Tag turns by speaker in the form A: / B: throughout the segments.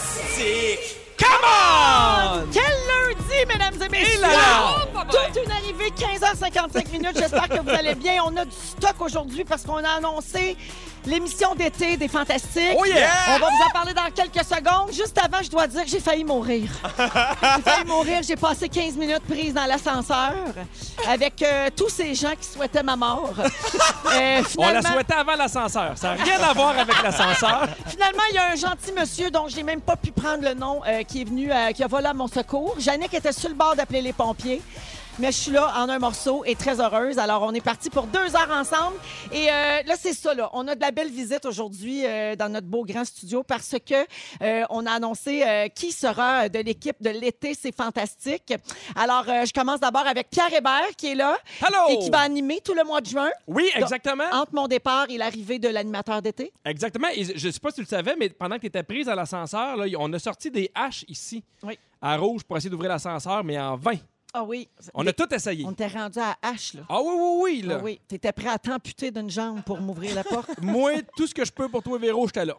A: Fantastique! Come on!
B: Quel lundi, mesdames et messieurs! Oh,
A: là là!
B: Wow! Toute une arrivée, 15h55 minutes. J'espère que vous allez bien. On a du stock aujourd'hui parce qu'on a annoncé l'émission d'été des Fantastiques.
A: Oh yeah!
B: On va vous en parler dans quelques secondes. Juste avant, je dois dire que j'ai failli mourir. j'ai failli mourir. J'ai passé 15 minutes prise dans l'ascenseur avec euh, tous ces gens qui souhaitaient ma mort. Euh,
A: On
B: finalement,
A: la souhaitait avant l'ascenseur. Ça n'a rien à voir avec l'ascenseur.
B: Finalement, il y a un gentil monsieur dont j'ai même pas pu prendre le nom euh, qui est venu, euh, qui a volé à mon secours. Jannick était sur le bord d'appeler les pompiers. Mais je suis là en un morceau et très heureuse. Alors, on est parti pour deux heures ensemble. Et euh, là, c'est ça, là. On a de la belle visite aujourd'hui euh, dans notre beau grand studio parce que euh, on a annoncé euh, qui sera de l'équipe de l'été. C'est fantastique. Alors, euh, je commence d'abord avec Pierre Hébert qui est là
A: Allô?
B: et qui va animer tout le mois de juin
A: Oui, exactement.
B: entre mon départ et l'arrivée de l'animateur d'été.
A: Exactement. Et je ne sais pas si tu le savais, mais pendant que tu étais prise à l'ascenseur, là, on a sorti des haches ici,
B: Oui.
A: à rouge, pour essayer d'ouvrir l'ascenseur, mais en vain.
B: Ah oui.
A: On a tout essayé.
B: On t'est rendu à H, là.
A: Ah oui, oui, oui, là.
B: Ah oui, t'étais prêt à t'amputer d'une jambe pour m'ouvrir la porte.
A: Moi, tout ce que je peux pour toi, Véro, j'étais là.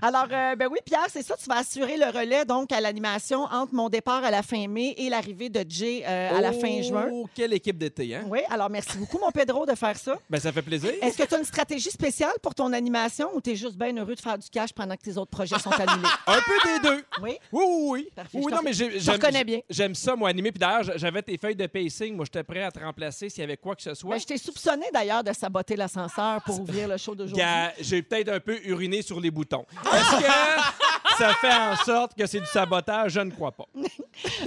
B: Alors, euh, ben oui, Pierre, c'est ça, tu vas assurer le relais donc à l'animation entre mon départ à la fin mai et l'arrivée de Jay euh, à la fin juin.
A: Oh, quelle équipe d'été, hein?
B: Oui, alors merci beaucoup, mon Pedro, de faire ça.
A: Ben, ça fait plaisir.
B: Est-ce que tu as une stratégie spéciale pour ton animation ou t'es juste bien heureux de faire du cash pendant que tes autres projets sont annulés?
A: Un peu des deux.
B: Oui?
A: Oui, oui, oui.
B: Parfait,
A: Oui,
B: je te
A: non, mais j'ai-
B: je te
A: j'aime-
B: reconnais bien.
A: J'aime ça, moi, animer. Puis d'ailleurs, j'a- j'avais tes feuilles de pacing. Moi, j'étais prêt à te remplacer s'il y avait quoi que ce soit.
B: Ben, je t'ai soupçonné d'ailleurs de saboter l'ascenseur pour ouvrir le show d'aujourd'hui.
A: Gars, J'ai peut-être un peu uriné sur les boutons. Est-ce que ça fait en sorte que c'est du sabotage? Je ne crois pas.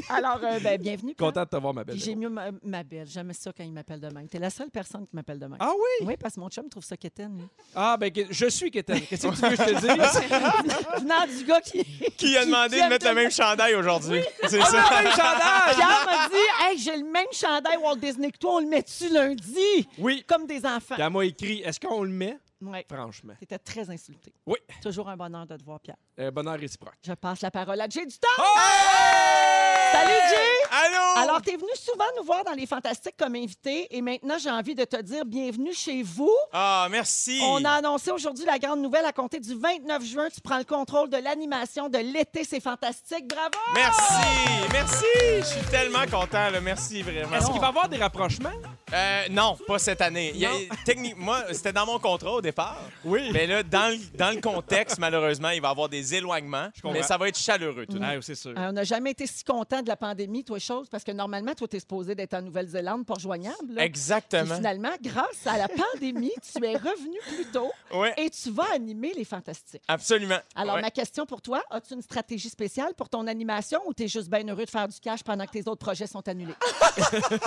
B: Alors, euh, ben, bienvenue. Pierre.
A: Content de te voir, ma belle.
B: Puis J'ai mieux ma, ma belle. J'aime ça quand il m'appelle de même. T'es la seule personne qui m'appelle de même.
A: Ah oui?
B: Oui, parce que mon chum trouve ça quétaine. lui.
A: Ah, ben, que- je suis Kéten. Qu'est-ce que tu veux que je te dise?
B: Venant du gars qui.
C: Ah. Qui a demandé de
B: aime
C: mettre le
B: tout-
C: même chandail aujourd'hui. C'est
A: On
C: ça.
A: a le même chandail!
B: Pierre m'a dit Hey, j'ai le même chandail Walt Disney que toi, on le met-tu lundi
A: Oui.
B: Comme des enfants.
A: Puis Elle m'a écrit, est-ce qu'on le met?
B: Ouais.
A: Franchement.
B: T'étais très insulté.
A: Oui.
B: Toujours un bonheur de te voir, Pierre.
A: Euh, bonheur réciproque.
B: Je passe la parole à Jay du temps. Salut,
C: Salut,
B: Jay!
C: Allô?
B: Alors, t'es venu souvent nous voir dans les Fantastiques comme invité et maintenant, j'ai envie de te dire bienvenue chez vous.
C: Ah, merci.
B: On a annoncé aujourd'hui la grande nouvelle à compter du 29 juin. Tu prends le contrôle de l'animation de l'été. C'est fantastique. Bravo!
C: Merci, merci. Je suis tellement content, là. Merci vraiment.
A: Est-ce qu'il va y avoir des rapprochements?
C: Euh, non, pas cette année. Il y a- technique- moi, c'était dans mon contrat au départ.
A: Oui.
C: Mais là, dans le, dans le contexte, malheureusement, il va y avoir des éloignements.
A: comprends.
C: Mais ça va être chaleureux tout de même.
A: Ah, c'est sûr.
B: Euh, on n'a jamais été si content de la pandémie, toi, chose, parce que normalement, toi, t'es supposé d'être en Nouvelle-Zélande pas joignable. là. Puis
C: Exactement.
B: finalement, grâce à la pandémie, tu es revenu plus tôt
C: Oui,
B: et tu vas animer les Fantastiques.
C: absolument.
B: Alors,
C: Ouais.
B: ma question pour toi, as-tu une stratégie spéciale pour ton animation ou t'es juste bien heureux de faire du cash pendant que tes autres projets sont annulés?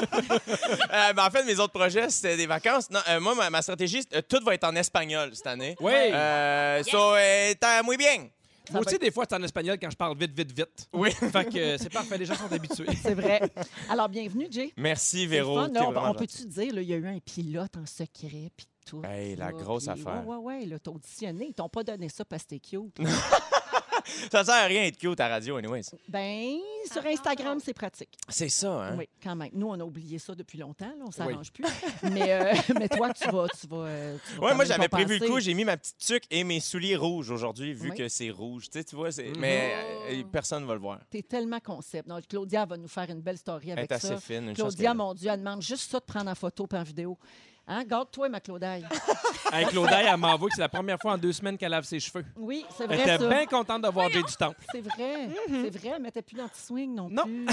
C: Euh, ben, en fait, mes autres projets, c'était des vacances. Non, euh, moi, ma, ma stratégie, c'est- euh, tout va être en espagnol cette année.
A: Oui.
C: Euh, So, eh, está muy bien.
A: Moi aussi, des fois, c'est en espagnol quand je parle vite, vite, vite.
C: Oui.
A: Fait que euh, c'est parfait, les gens sont habitués.
B: C'est vrai. Alors, bienvenue, Jay.
C: Merci,
B: C'est le
C: Véro.
B: fun,
C: t'es
B: là, on-
C: vraiment
B: on peut-tu dire, là, il y a eu un pilote en secret, puis tout.
C: Hey, la
B: là,
C: grosse
B: puis-
C: affaire.
B: Ouais, ouais, ouais, là, t'as auditionné, ils t'ont pas donné ça parce que t'es cute.
C: gentil. Ça sert à rien d'être cute à radio, anyways.
B: ben, sur Instagram, c'est pratique.
C: C'est ça, hein?
B: Oui, quand même. Nous, on a oublié ça depuis longtemps, là, on s'arrange
A: Oui.
B: plus. Mais, euh, mais toi, tu vas, tu vas, euh, tu
C: Ouais,
B: vas quand
C: moi,
B: même
C: j'avais prévu le
B: compenser.
C: coup. J'ai mis ma petite tuque et mes souliers rouges aujourd'hui, vu
B: Oui.
C: que c'est rouge. Tu sais, tu vois, c'est...
A: Mhm.
C: mais euh, personne va le voir.
B: T'es tellement concept. Non, Claudia va nous faire une belle story
C: Elle
B: avec
C: est assez
B: ça.
C: fine. Une chance qu'elle est
B: Claudia,
C: là.
B: mon Dieu, elle demande juste ça de prendre en photo puis en vidéo. Hein? Garde-toi, ma Claudaille.
A: Avec Claudia, elle m'envoie que c'est la première fois en deux semaines qu'elle lave ses cheveux.
B: Oui, c'est
A: Elle
B: vrai,
A: était
B: ça.
A: bien contente de voir Jay du Temple.
B: C'est vrai,
C: Mhm.
B: c'est vrai. Elle mettait plus d'anti-swing non,
A: Non.
B: plus. non.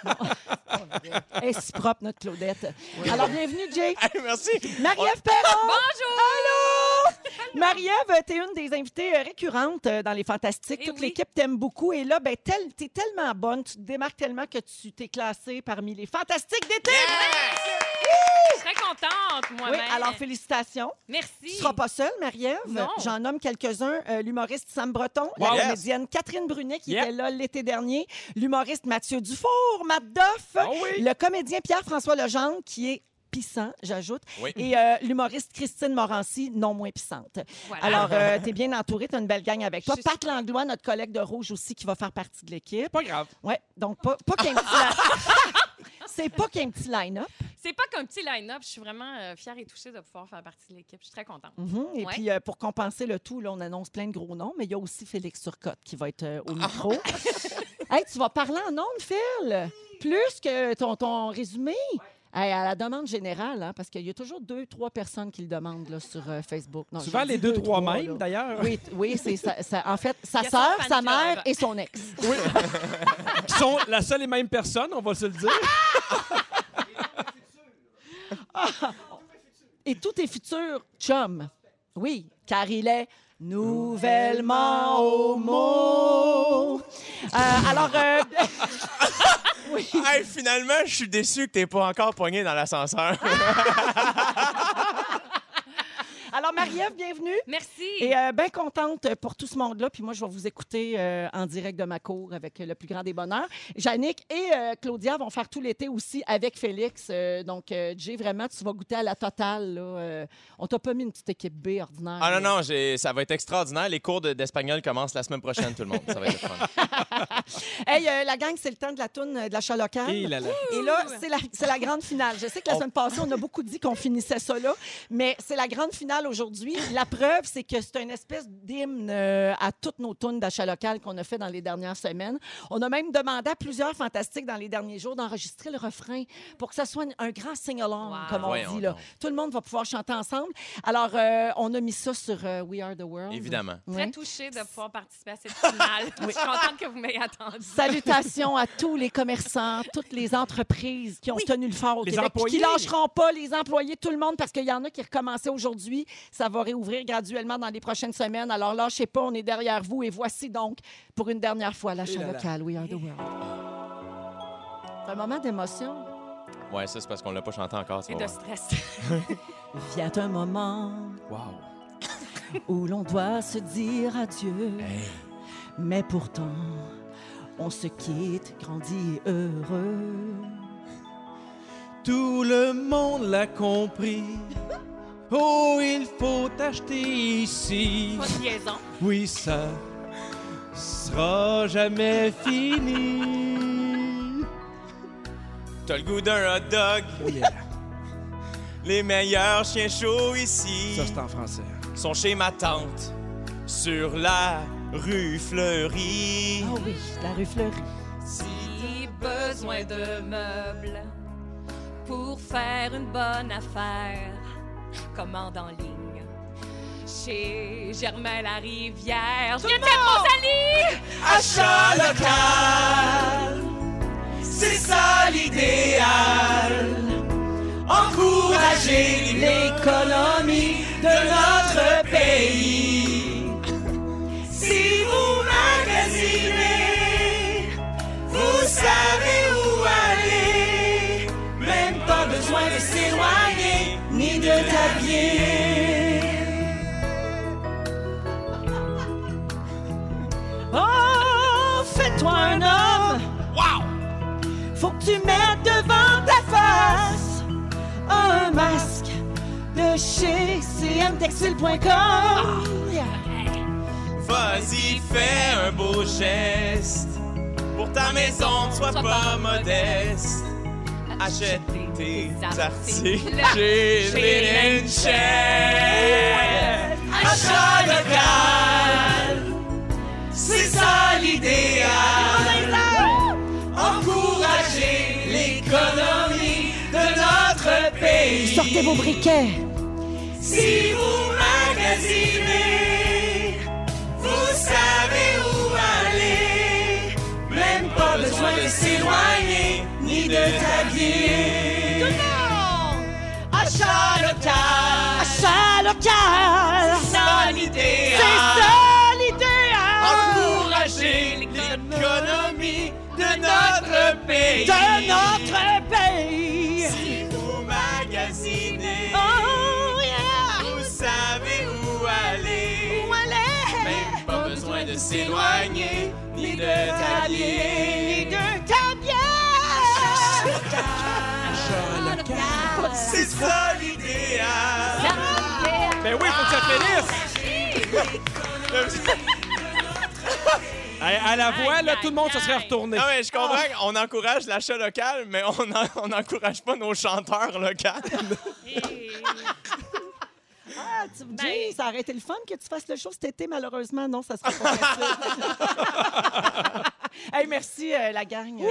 B: c'est pas vrai. Elle est si propre, notre Claudette. Alors, bienvenue, Jay.
C: Hey, merci.
D: Oh,
B: Marie-Ève Perron! Bonjour! Allô! Marie-Ève, t'es une des invitées euh, récurrentes euh, dans les Fantastiques.
D: Eh
B: Toute
D: oui.
B: l'équipe t'aime beaucoup. Et là, ben, tel- t'es tellement bonne, tu te démarques tellement que tu t'es classée parmi les Fantastiques d'été!
D: Je suis très contente,
B: Oui,
D: moi-même.
B: alors félicitations. Tu
D: Merci.
B: seras pas seule, Marie-Ève.
D: Non.
B: J'en nomme quelques-uns. Euh, L'humoriste Sam Breton,
A: Wow.
B: la
C: Yes.
B: comédienne Catherine Brunet, qui
A: Yep.
B: était là l'été dernier. L'humoriste Mathieu Dufour, Matt Doff.
A: Ah oui!
B: Le comédien Pierre-François Legendre, qui est pissant, j'ajoute.
C: Oui.
B: Et euh, l'humoriste Christine Morancy, non moins pissante.
D: Voilà.
B: Alors, tu t'es bien entourée, t'as une belle gang avec toi.
D: Je suis-
B: Pat Langlois, notre collègue de Rouge aussi, qui va faire partie de l'équipe.
A: Pas grave.
B: Ouais, donc pas, pas qu'un petit... line- C'est pas qu'un petit line-up.
D: C'est pas comme petit line-up. Je suis vraiment euh, fière et touchée de pouvoir faire partie de l'équipe. Je suis très contente.
B: Mhm. Et
D: Ouais.
B: puis, euh, pour compenser le tout, là, on annonce plein de gros noms, mais il y a aussi Félix Turcotte qui va être euh, au micro. hey, tu vas parler en ondes, Phil, plus que ton, ton résumé. Hey, à la demande générale, hein, parce qu'il y a toujours deux, trois personnes qui le demandent là, sur euh, Facebook. Non,
A: Souvent
B: j'ai
A: les
B: dit
A: Ah, deux, trois
B: là.
A: mêmes, d'ailleurs.
B: Oui, t- oui c'est ça, ça- en fait sa
D: Il y a son
B: sœur,
D: fan
B: sa
D: club.
B: mère et son ex.
A: Oui. Qui sont la seule et même personne, on va se le dire.
B: Et tous tes futurs chums. Oui, car il est nouvellement homo. Euh, alors, euh,
C: Hey, finalement, je suis déçu que t'es pas encore poigné dans l'ascenseur.
B: Ah, alors Marie-Ève, bienvenue.
D: Merci.
B: Et euh, bien contente pour tout ce monde-là. Puis moi, je vais vous écouter euh, en direct de ma cour avec le plus grand des bonheurs. Yannick et euh, Claudia vont faire tout l'été aussi avec Félix. Euh, donc, euh, Jay, vraiment, tu vas goûter à la totale. Là. Euh, on t'a pas mis une petite équipe B ordinaire.
C: Ah non,
B: là.
C: non, j'ai- ça va être extraordinaire. Les cours de- d'espagnol commencent la semaine prochaine, tout le monde. Ça va être le fun.
B: Hey, euh, la gang, c'est le temps de la toune euh, de la chalocale.
A: Et là, là.
B: Et là, c'est la, c'est la grande finale. Je sais que la
C: On-
B: semaine passée, on a beaucoup dit qu'on finissait ça là, mais c'est la grande finale aujourd'hui. La preuve, c'est que c'est une espèce d'hymne euh, à toutes nos tunes d'achat local qu'on a fait dans les dernières semaines. On a même demandé à plusieurs fantastiques dans les derniers jours d'enregistrer le refrain pour que ça soit un, un grand sing-along,
D: Wow.
B: comme on
C: Voyons
B: dit. Là.
C: donc.
B: Tout le monde va pouvoir chanter ensemble. Alors, euh, on a mis ça sur euh, We Are the World.
C: Évidemment.
B: Ouais.
D: Très touchée de pouvoir participer à cette finale. Je suis contente que vous m'ayez attendu.
B: Salutations à tous les commerçants, toutes les entreprises qui ont tenu le fort au
A: Les
B: Québec, puis qui
A: employés.
B: lâcheront pas les employés, tout le monde, parce qu'il y en a qui recommençaient aujourd'hui. Ça va réouvrir graduellement dans les prochaines semaines. Alors lâchez pas, on est derrière vous. Et voici donc, pour une dernière fois, l'achat
A: Et là là.
B: local. We are the world. C'est un moment d'émotion.
C: Ouais, ça, c'est parce qu'on l'a pas chanté encore.
D: Et
C: C'est
D: de stress.
B: Vient un moment
C: Wow.
B: où l'on doit se dire adieu.
C: Hey.
A: Hein?
B: Mais pourtant, on se quitte, grandit et heureux.
A: Tout le monde l'a compris. Oh, il faut acheter ici.
D: Pas de liaison.
A: Oui, ça sera jamais fini.
C: T'as le goût d'un hot dog.
A: Oh yeah.
C: Les meilleurs chiens chauds ici
A: Ça, c'est en français. hein.
C: sont chez ma tante sur la rue Fleury.
B: Ah oui, la rue fleurie.
D: Si besoin de meubles pour faire une bonne affaire, commande en ligne chez Germain la Rivière. Je viens de faire mon salut!
C: Achat local, c'est ça l'idéal. Encourager
B: L'économie
C: de notre pays. Si vous magasinez, vous savez où aller. Même pas besoin de s'éloigner ni de t'habiller.
B: Oh, fais-toi un homme! Wow! Faut que tu mettes devant ta face un masque de chez cmtextile.com. Yeah.
C: Vas-y, fais un beau geste. Pour ta maison, sois
D: Sois
C: pas
D: pas
C: modeste. Achète tes articles
D: chez
C: chez
D: les
C: les Achat local, c'est ça l'idéal. Encourager l'économie de notre pays.
B: Sortez vos briquets.
C: Si vous magasinez, vous savez où aller. Même pas besoin de s'éloigner ni de t'habiller. Achat local,
B: Achat local!
C: ça l'idéal.
B: C'est ça l'idéal!
C: Encourager l'économie de notre pays.
B: De notre pays!
C: Si vous magasinez,
B: Oh yeah!
C: vous savez où aller.
B: Où aller?
C: Même pas besoin de s'éloigner ni de t'allier.
B: de ta bière!
C: C'est ça l'idéal.
A: Ah, Ben oui, faut que ça finisse. À, à la
D: Aïe,
A: voix, là,
D: aïe,
A: tout le monde se serait
D: aïe.
A: retourné.
C: Non, mais je comprends, on encourage l'achat local, mais on en- on n'encourage pas nos chanteurs locaux.
B: Ah, tu me dis,
D: Ben-
B: ça aurait été le fun que tu fasses le show cet été. Malheureusement, non, ça sera pas facile. hey, merci, euh, la gang.
D: Si,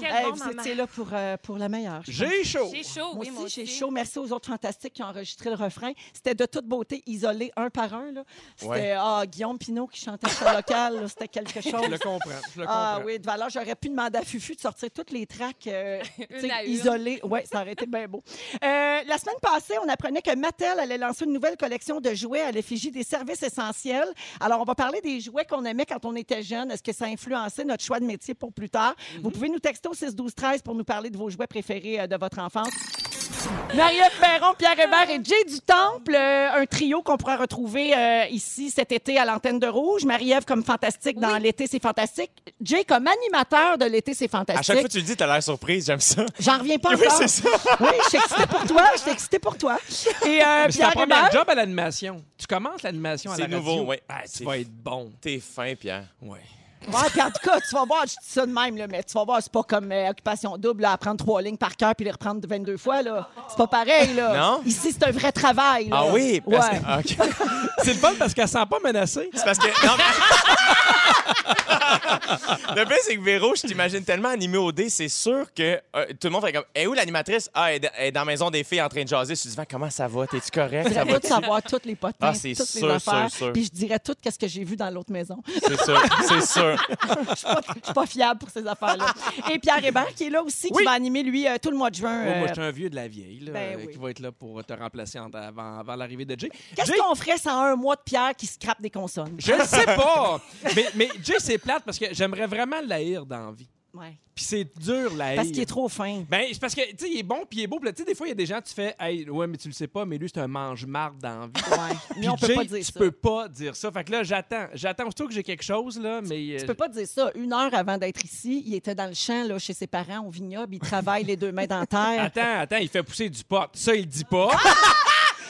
D: quel
B: Hey,
D: bon
B: vous
D: moment.
B: étiez là pour, euh, pour la meilleure. je
A: J'ai chaud.
D: J'ai chaud,
B: Moi
D: oui, moi
B: aussi,
D: aussi.
B: j'ai chaud. Merci aux autres fantastiques qui ont enregistré le refrain. C'était de toute beauté, isolé, un par un. là. C'était
C: Ouais.
B: ah, Guillaume Pinot qui chantait ça local. là. C'était quelque
A: Je le
B: chose.
A: comprends. Je le
B: Ah
A: comprends.
B: oui, de valeur, j'aurais pu demander à Fufu de sortir toutes les tracks euh, tu sais,
D: à une.
B: isolées. Oui, ça aurait été bien beau. Euh, la semaine passée, on apprenait que Mattel allait lancer une nouvelle collection de jouets à l'effigie des services essentiels. Alors, on va parler des jouets qu'on aimait quand on était jeune. Est-ce que ça a influencé notre choix de métier pour plus tard? Vous
D: Mm-hmm.
B: pouvez nous texter au 6 12 13 pour nous parler de vos jouets préférés euh, de votre enfance. Marie-Ève Perron, Pierre Hébert et Jay du Temple, euh, un trio qu'on pourra retrouver euh, ici cet été à l'antenne de Rouge. Marie-Ève comme fantastique dans l'été, c'est fantastique. Jay comme animateur de l'été, c'est fantastique.
C: À chaque fois que tu le dis, t'as l'air surprise, j'aime ça.
B: J'en reviens pas
C: Oui,
B: encore.
C: c'est ça.
B: Oui, je suis excitée pour toi, je suis excitée pour toi. Et euh,
A: Mais c'est ta
B: Pierre
A: première
B: Hébert,
A: job à l'animation. Tu commences l'animation à la
C: C'est nouveau,
A: radio.
C: oui.
A: Ah, tu
C: C'est-
A: vas être bon.
C: T'es fin, Pierre.
A: Ouais.
B: ouais, puis en tout cas, tu vas voir, je dis ça de même, là, mais tu vas voir, c'est pas comme euh, occupation double, là, à prendre trois lignes par cœur puis les reprendre 22 fois. là. C'est pas pareil. Là.
C: Non?
B: Ici, c'est un vrai travail. là.
C: Ah oui? Parce...
B: Ouais.
C: que- OK.
A: C'est le fun parce qu'elle sent pas menacée.
C: C'est parce que. Non, mais- le pire, c'est que Véro, je t'imagine tellement animé au dé, c'est sûr que euh, tout le monde fait comme. Et où l'animatrice? Ah, elle est d- elle est dans la maison des filles en train de jaser. Je dis, comment ça va? T'es-tu correct? Ça
B: J'aimerais
C: va?
B: tout savoir, toutes les potins,
C: Ah, c'est
B: toutes les
C: sûr,
B: affaires.
C: sûr, sûr.
B: Puis je dirais tout qu'est-ce que j'ai vu dans l'autre maison.
C: C'est sûr, c'est sûr.
B: Je suis pas, je suis pas fiable pour ces affaires-là. Et Pierre Hébert qui est là aussi, qui
A: Oui.
B: va animer, lui, euh, tout le mois de juin.
A: Oh, Moi, moi,
B: euh,
A: je suis un vieux de la vieille là,
B: ben
A: euh,
B: oui.
A: qui va être là pour te remplacer en- avant, avant l'arrivée de Jay.
B: Qu'est-ce
A: Jay,
B: qu'on ferait sans un mois de Pierre qui scrape des consonnes?
A: Je ne sais pas. mais, mais Jay, c'est plate parce que j'aimerais vraiment l'haïr dans la vie.
B: Ouais.
A: Puis c'est dur, l'haïr.
B: Parce qu'il est trop fin.
A: Ben, c'est parce que, tu sais, il est bon puis il est beau. Puis là, tu sais, des fois, il y a des gens, tu fais, hey, ouais, mais tu le sais pas, mais lui, c'est un mange-marde dans la vie.
B: Ouais. Mais
A: Puis
B: on peut
A: Jay,
B: pas dire
A: tu
B: ça.
A: peux pas dire ça. Fait que là, j'attends. J'attends surtout que j'ai quelque chose, là, mais...
B: Tu
A: euh,
B: peux pas dire ça. Une heure avant d'être ici, il était dans le champ, là, chez ses parents, au vignoble. Il travaille les deux mains dans la terre.
A: Attends, attends, il fait pousser du pot. Ça, il dit pas.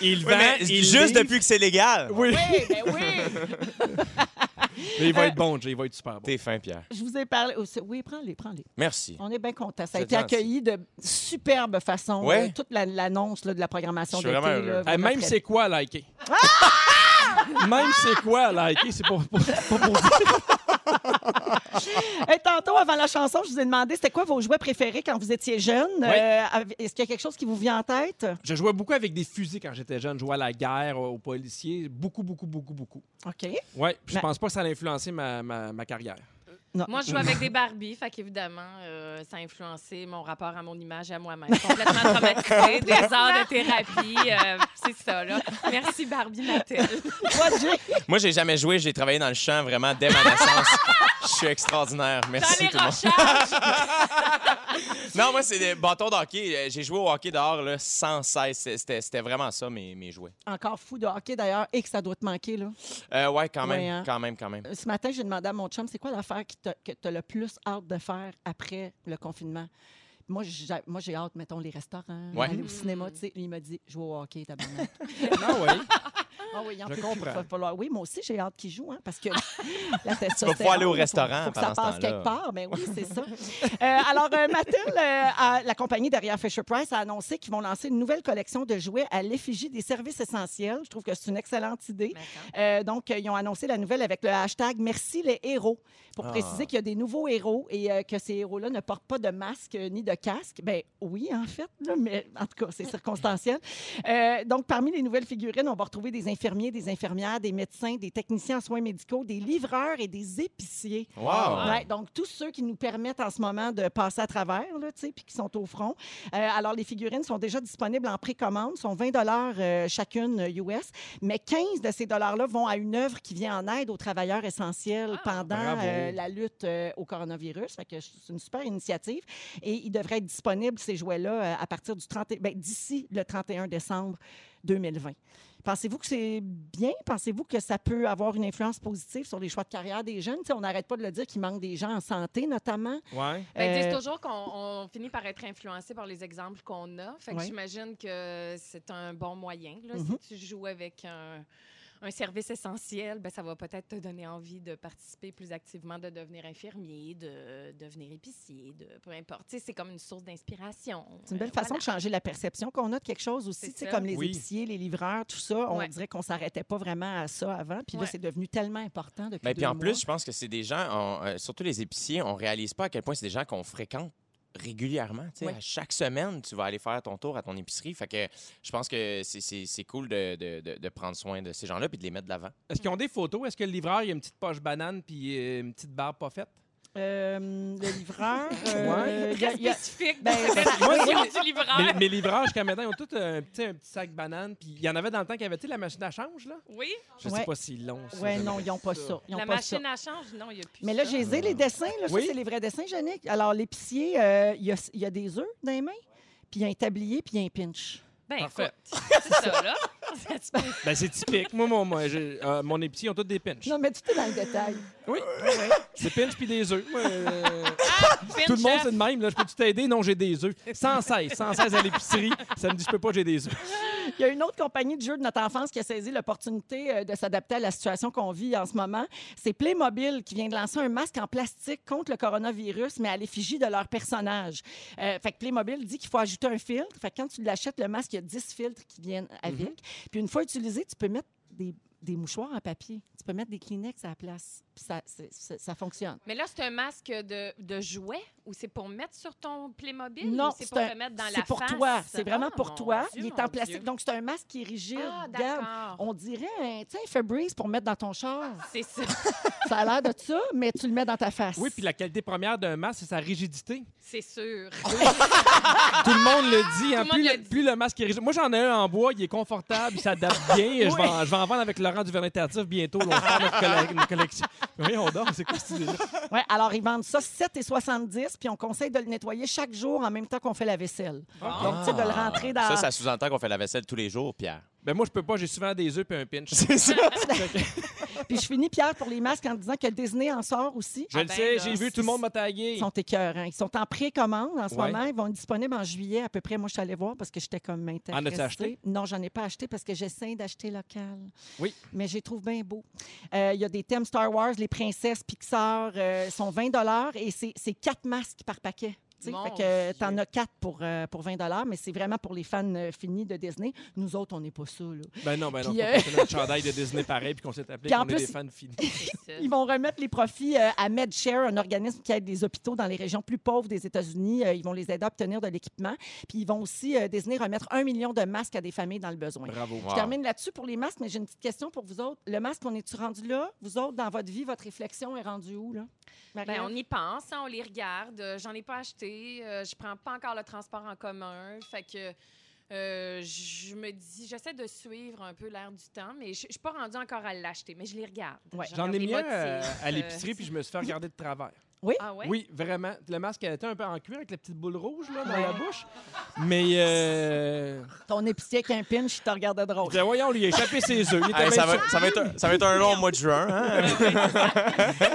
A: Il
C: Oui,
A: vend,
C: mais
A: il
C: juste
A: livre.
C: depuis que c'est légal.
A: Oui. Euh,
B: Oui, ben oui!
A: Mais il va être bon, Jay, il va être super bon.
C: T'es fin, Pierre.
B: Je vous ai parlé. aussi- Oui, prends-les, prends-les.
C: Merci.
B: On est bien contents. Ça a
C: C'est
B: été
C: gentil.
B: accueilli de superbe façon.
C: Ouais.
B: là, toute la- l'annonce là, de la programmation
C: Je
B: d'été.
C: suis vraiment heureux.
B: là,
A: Eh,
B: vraiment
A: même
B: très-
A: c'est quoi à liker? Même c'est quoi à liker? C'est pour, pour, pour- pour dire.
B: Eh, tantôt, avant la chanson, je vous ai demandé c'était quoi vos jouets préférés quand vous étiez jeune. Euh, av- Est-ce qu'il y a quelque chose qui vous vient en tête?
A: Je jouais beaucoup avec des fusils quand j'étais jeune. Je jouais à la guerre, aux policiers. Beaucoup, beaucoup, beaucoup, beaucoup.
B: OK.
A: Ouais, puis je
B: Ben-
A: pense pas que ça a influencé ma, ma, ma carrière.
B: Non.
D: Moi, je joue avec des Barbies, fait qu'évidemment, euh, ça a influencé mon rapport à mon image et à moi-même. Complètement traumatisée, des heures de thérapie, euh, c'est ça, là. Merci, Barbie Mattel.
B: Toi, Jay?
C: Moi, j'ai jamais joué, j'ai travaillé dans le champ vraiment dès ma naissance. Je suis extraordinaire.
D: Dans
C: Merci
D: les
C: tout le monde.
D: recherches,
C: Non, moi, c'est des bâtons de hockey. Euh, J'ai joué au hockey dehors là, sans cesse. C'était c'était vraiment ça, mes, mes jouets.
B: Encore fou de hockey d'ailleurs et que ça doit te manquer. Là.
C: Euh, ouais, quand même,
B: Ouais, hein.
C: quand même, quand même.
B: Ce matin, j'ai demandé à mon chum c'est quoi l'affaire qui t'a- que tu as le plus hâte de faire après le confinement? Moi, j'ai moi, j'ai hâte, mettons, les restaurants,
C: Ouais.
B: aller au cinéma, tu sais. Lui, il m'a dit, jouer au hockey, tabarnak.
A: Non, oui.
B: Ah oui, il en
A: Je
B: peut plus,
A: comprends.
B: va falloir- Oui, moi aussi, j'ai hâte qu'il joue, hein, parce que la testostérone...
C: vas pouvoir aller au
B: faut-
C: restaurant
B: faut que ça
C: pendant ce
B: passe
C: temps-là.
B: quelque part, mais oui, c'est ça. Euh, alors, euh, Mathilde, euh, à- la compagnie derrière Fisher-Price a annoncé qu'ils vont lancer une nouvelle collection de jouets à l'effigie des services essentiels. Je trouve que c'est une excellente
E: Ben
B: idée. Euh, donc, euh, ils ont annoncé la nouvelle avec le hashtag Merci les héros pour
C: Ah.
B: préciser qu'il y a des nouveaux héros et euh, que ces héros-là ne portent pas de masque euh, ni de casque. Ben oui, en fait, là, mais en tout cas, c'est circonstanciel. Euh, donc, parmi les nouvelles figurines, on va retrouver des infirmiers, des infirmières, des médecins, des techniciens en soins médicaux, des livreurs et des épiciers.
C: Wow!
B: Ouais, donc, tous ceux qui nous permettent en ce moment de passer à travers, là, tu sais, puis qui sont au front. Euh, alors, les figurines sont déjà disponibles en précommande, sont 20 euh, chacune euh, US, mais 15 de ces dollars-là vont à une œuvre qui vient en aide aux travailleurs essentiels pendant
A: bravo.
B: euh, la lutte euh, au coronavirus. Fait que c'est une super initiative. Et ils devraient être disponibles, ces jouets-là, euh, à partir du 30... et- ben, d'ici le 31 décembre 2020. Pensez-vous que c'est bien? Pensez-vous que ça peut avoir une influence positive sur les choix de carrière des jeunes? Tu sais, on n'arrête pas de le dire qu'il manque des gens en santé, notamment.
A: Ouais.
D: Ben, ils
B: Euh,
D: disent toujours qu'on on finit par être influencé par les exemples qu'on a. Fait que
B: Ouais. Mhm.
D: j'imagine que c'est un bon moyen. là, Si tu joues avec un, un service essentiel, ben, ça va peut-être te donner envie de participer plus activement, de devenir infirmier, de devenir épicier, de peu importe. Tu sais, c'est comme une source d'inspiration.
B: C'est une belle
D: Euh,
B: façon
D: voilà.
B: de changer la perception qu'on a de quelque chose aussi.
D: C'est
B: Tu sais,
D: ça.
B: comme les
A: Oui.
B: épiciers, les livreurs, tout ça, on
D: Ouais.
B: dirait qu'on s'arrêtait pas vraiment à ça avant. Puis là,
D: Ouais.
B: c'est devenu tellement important depuis
C: Ben,
B: deux
C: puis en
B: mois.
C: plus, je pense que c'est des gens, on- euh, surtout les épiciers, on réalise pas à quel point c'est des gens qu'on fréquente régulièrement. Tu sais,
B: Oui.
C: À chaque semaine, tu vas aller faire ton tour à ton épicerie. Fait que je pense que c'est- c'est c'est cool de, de- de- de prendre soin de ces gens-là puis de les mettre de l'avant.
A: Est-ce qu'ils ont des photos? Est-ce que le livreur, il a une petite poche banane puis euh, une petite barbe pas faite?
B: Euh, le livreur... euh, il y a-
D: Très
B: il y a-
D: spécifique
B: Ben,
D: dans cette
B: ça-
D: expression du livreur.
A: Mes, mes livreurs, jusqu'à maintenant, ils ont tous un, petit- un petit sac banane. Puis il y en avait dans le temps qu'il y avait tu sais, la machine à change, là.
D: Oui,
A: Je
B: Ouais.
A: sais pas si long. ça,
B: Ouais,
A: j'aimerais
B: non, ils n'ont pas
A: ça.
B: ça. Ils ont
D: la
B: pas ça.
D: machine à change, non, il n'y a plus
B: Mais là,
D: ça.
B: j'ai les dessins. Là,
A: Oui.
B: Ça, c'est les vrais dessins, Yannick. Alors, l'épicier, euh, il y, a, il y a des œufs dans les mains, puis il y a un tablier, puis il y a un pinch.
D: Ben,
A: Parfait.
D: écoute, c'est ça, là. Ça, tu peux-
A: Ben, c'est typique. Moi, mon, moi, j'ai- euh, mon épicier, ils ont tous des pinches.
B: Non, mais tout est dans le détail.
A: Oui. Des pinches puis des œufs. Moi, euh,
D: Pinch
A: tout le monde,
D: off.
A: c'est le même. Là. Je peux-tu t'aider? Non, j'ai des œufs. 116. 116 à l'épicerie. Ça me dit, je peux pas, j'ai des œufs.
B: Il y a une autre compagnie de jeux de notre enfance qui a saisi l'opportunité euh, de s'adapter à la situation qu'on vit en ce moment. C'est Playmobil qui vient de lancer un masque en plastique contre le coronavirus, mais à l'effigie de leur personnage. Euh, fait que Playmobil dit qu'il faut ajouter un filtre. Fait que quand tu l'achètes, le masque, il y a 10 filtres qui viennent avec. Puis une fois utilisé, tu peux mettre des, des mouchoirs en papier. Tu peux mettre des Kleenex à la place. Puis ça, c'est- c'est- ça fonctionne.
D: Mais là, c'est un masque de, de jouet ou c'est pour mettre sur ton Playmobil?
B: Non,
D: ou c'est pour
B: un-
D: te mettre dans la
B: c'est pour
D: face?
B: toi. C'est vraiment
D: Ah,
B: pour
D: mon
B: toi.
D: Dieu,
B: il est
D: mon
B: en plastique.
D: Dieu.
B: Donc, c'est un masque qui est rigide.
D: Ah,
B: Regarde,
D: d'accord.
B: On dirait un, tu sais, un Febreze pour mettre dans ton char.
D: C'est ça.
B: Ça a l'air de ça, mais tu le mets dans ta face.
A: Oui, puis la qualité première d'un masque, c'est sa rigidité.
D: C'est sûr.
A: Tout le monde le dit. hein.
D: Tout le monde
A: plus,
D: le
A: le,
D: dit.
A: plus le masque est rigide. Moi, j'en ai un en bois. Il est confortable. Il s'adapte bien. je, vais en, je vais en vendre avec Laurent du Tardif bientôt. là, On va notre, colle- notre collection. Oui, on dort. C'est quoi cette idée-là?
B: Ouais, alors, ils vendent ça 7,70 puis on conseille de le nettoyer chaque jour en même temps qu'on fait la vaisselle.
A: Ah.
B: Donc, tu sais, de le
C: Ah.
B: rentrer dans...
C: Ça, ça sous-entend qu'on fait la vaisselle tous les jours, Pierre.
A: Ben, moi, je peux pas. J'ai souvent des œufs puis un pinch.
C: C'est ça.
B: Puis je finis, Pierre, pour les masques en disant que le Disney en sort aussi.
A: Je
D: Ah
A: le
D: ben,
A: sais.
D: là,
A: J'ai vu. Tout le monde m'a tagué.
B: Ils sont écœurants. Ils sont en précommande en ce
A: Ouais.
B: moment. Ils vont être disponibles en juillet à peu près. Moi, je suis allée voir parce que j'étais comme intéressée.
A: En as-tu acheté?
B: Non, j'en ai pas acheté parce que j'essaie d'acheter local.
A: Oui.
B: Mais je les trouve bien beaux. Euh, Il y a des thèmes Star Wars, les princesses, Pixar, euh, sont 20 et c'est c'est quatre masques par paquet. Tu sais,
D: Mon
B: fait que euh,
D: Dieu.
B: t'en as quatre pour, euh, pour 20 mais c'est vraiment pour les fans euh, finis de Disney. Nous autres, on n'est pas ça. là.
A: Ben non, ben non,
B: Puis,
A: faut
B: euh,
A: pas faire notre chandail de Disney pareil puis qu'on s'est appelé
B: Puis en
A: qu'on est des
B: plus,
A: fans finis.
D: C'est ça.
B: Ils vont remettre les profits euh, à MedShare, un organisme qui aide les hôpitaux dans les régions plus pauvres des États-Unis. Euh, Ils vont les aider à obtenir de l'équipement. Puis ils vont aussi euh, Disney remettre un million de masques à des familles dans le besoin.
A: Bravo.
C: Wow.
B: Je termine là-dessus pour les masques, mais j'ai une petite question pour vous autres. Le masque, on est-tu rendu là? Vous autres, dans votre vie, votre réflexion est rendue où, là?
D: Ben,
B: Marie-Ève?
D: on y pense, hein, on les regarde. Euh, J'en ai pas acheté. euh, je prends pas encore le transport en commun. Fait que euh, je me dis, j'essaie de suivre un peu l'air du temps, mais je je suis pas rendue encore à l'acheter, mais je les regarde.
B: Ouais.
D: Je
A: J'en
D: regarde
A: ai
D: les
A: mis un
D: motifs,
A: euh,
D: euh,
A: à l'épicerie puis je me suis fait regarder de travers.
D: Ah ouais?
A: Oui, vraiment. Le masque était un peu en cuir avec la petite boule rouge là, dans
B: Ouais.
A: la bouche. Mais euh...
B: Ton épicier avec un pinch, je te regardais
A: je
B: drôle.
A: disais, voyons, lui, il a échappé ses œufs. Il était
C: Hey,
A: bien
C: ça, va,
A: sûr.
C: ça va être un, ça va être un long mois de juin. hein?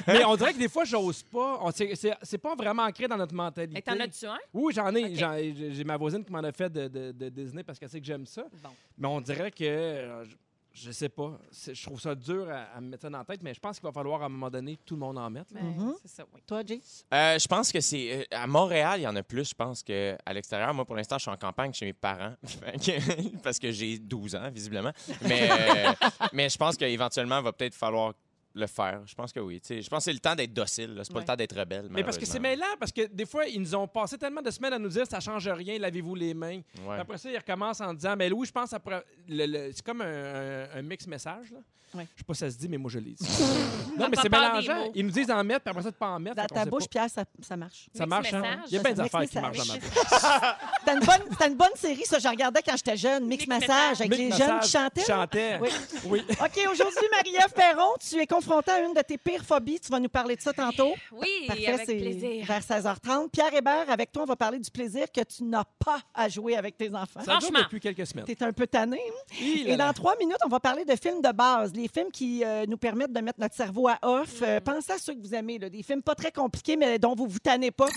A: Mais on dirait que des fois, j'ose pas. On- c'est- C'est c'est pas vraiment ancré dans notre mentalité.
D: Et t'en as-tu un?
A: Oui, j'en ai.
D: Ok.
A: J'en ai- J'ai j'ai ma voisine qui m'en a fait de, de- de Disney parce qu'elle sait que j'aime ça.
D: Bon.
A: Mais on dirait que. euh, je- Je sais pas. C'est- Je trouve ça dur à, à me mettre ça dans la tête, mais je pense qu'il va falloir à un moment donné tout le monde en mettre. là.
D: Ben,
B: Mhm.
D: C'est ça, oui.
B: Toi, Jay?
C: Euh, je pense que c'est. euh, À Montréal, il y en a plus, je pense, qu'à l'extérieur. Moi, pour l'instant, je suis en campagne chez mes parents. Fait que- parce que j'ai 12 ans, visiblement. Mais, euh, mais je pense qu'éventuellement, il va peut-être falloir le faire. Je pense que oui. Tu sais, je pense que c'est le temps d'être docile. là. C'est pas
B: Ouais.
C: le temps d'être rebelle.
A: Mais parce que c'est
C: Ben malheureusement.
A: mêlant, parce que des fois, ils nous ont passé tellement de semaines à nous dire ça change rien, lavez-vous les mains.
C: Ouais.
A: Après ça, ils recommencent en disant Mais oui, je pense que ça pourrait- le- le- c'est comme un, un- un mix message. Là.
B: Ouais.
A: Je sais pas si ça se dit, mais moi, je l'ai dit. non, mais
D: T'as
A: c'est
D: pas peur des
A: mélangeant.
D: mots.
A: Ils nous disent d'en mettre, puis après ça, de pas en mettre.
B: Dans
A: Fait qu'on
B: ta
A: sait
B: bouche,
A: pas.
B: Pierre, ça, ça marche.
A: Ça marche, hein?
D: message.
A: Il y a plein
B: Ça,
A: d'affaires
B: mix
A: qui marchent dans ma
B: message.
A: bouche.
B: C'était une, bonne- c'était une bonne série, ça. J'en regardais quand j'étais jeune.
D: Mix
B: Mix Massage,
D: Massage.
B: avec
A: Mix
B: les
A: message,
B: jeunes qui chantaient. là.
A: chantaient.
B: Oui.
A: Oui.
B: OK, aujourd'hui, Marie-Ève Perron, tu es confrontée à une de tes pires phobies. Tu vas nous parler de ça tantôt.
D: Oui,
B: Parfait,
D: avec
B: c'est
D: plaisir.
B: vers 16h30. Pierre Hébert, avec toi, on va parler du plaisir que tu n'as pas à jouer avec tes enfants.
A: Ça dure
D: Franchement.
A: depuis quelques semaines.
B: T'es un peu tanné. hein?
A: Hi, là,
B: Et
A: là.
B: dans trois minutes, on va parler de films de base, les films qui euh, nous permettent de mettre notre
C: Mm.
B: cerveau à off. Euh, pensez à ceux que vous aimez, là, des films pas très compliqués, mais dont vous vous tannez pas.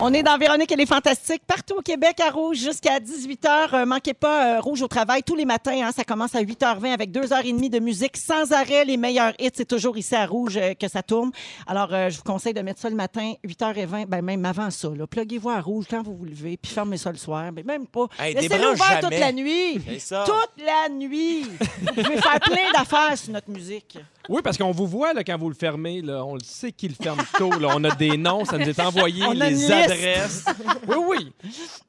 B: On est dans Véronique et les Fantastiques partout au Québec à Rouge jusqu'à 18h. Euh, manquez pas euh, Rouge au travail tous les matins. hein. ça commence à 8h20 avec 2h30 de musique sans arrêt. Les meilleurs hits, c'est toujours ici à Rouge euh, que ça tourne. Alors, euh, je vous conseille de mettre ça le matin, 8h20, ben même avant ça. là. Pluguez-vous à Rouge quand vous vous levez, puis fermez ça le soir. Mais même pas.
C: Hey,
B: Laissez-le
C: débranche
B: ouvert toute
C: jamais.
B: la nuit.
C: C'est ça.
B: Toute la nuit. Je vais faire plein d'affaires sur notre musique.
A: Oui, parce qu'on vous voit là, quand vous le fermez. Là. On le sait qu'il le ferme tôt. Là. On a des noms, ça nous est envoyé,
B: On a une
A: les
B: liste.
A: adresses. Oui, oui.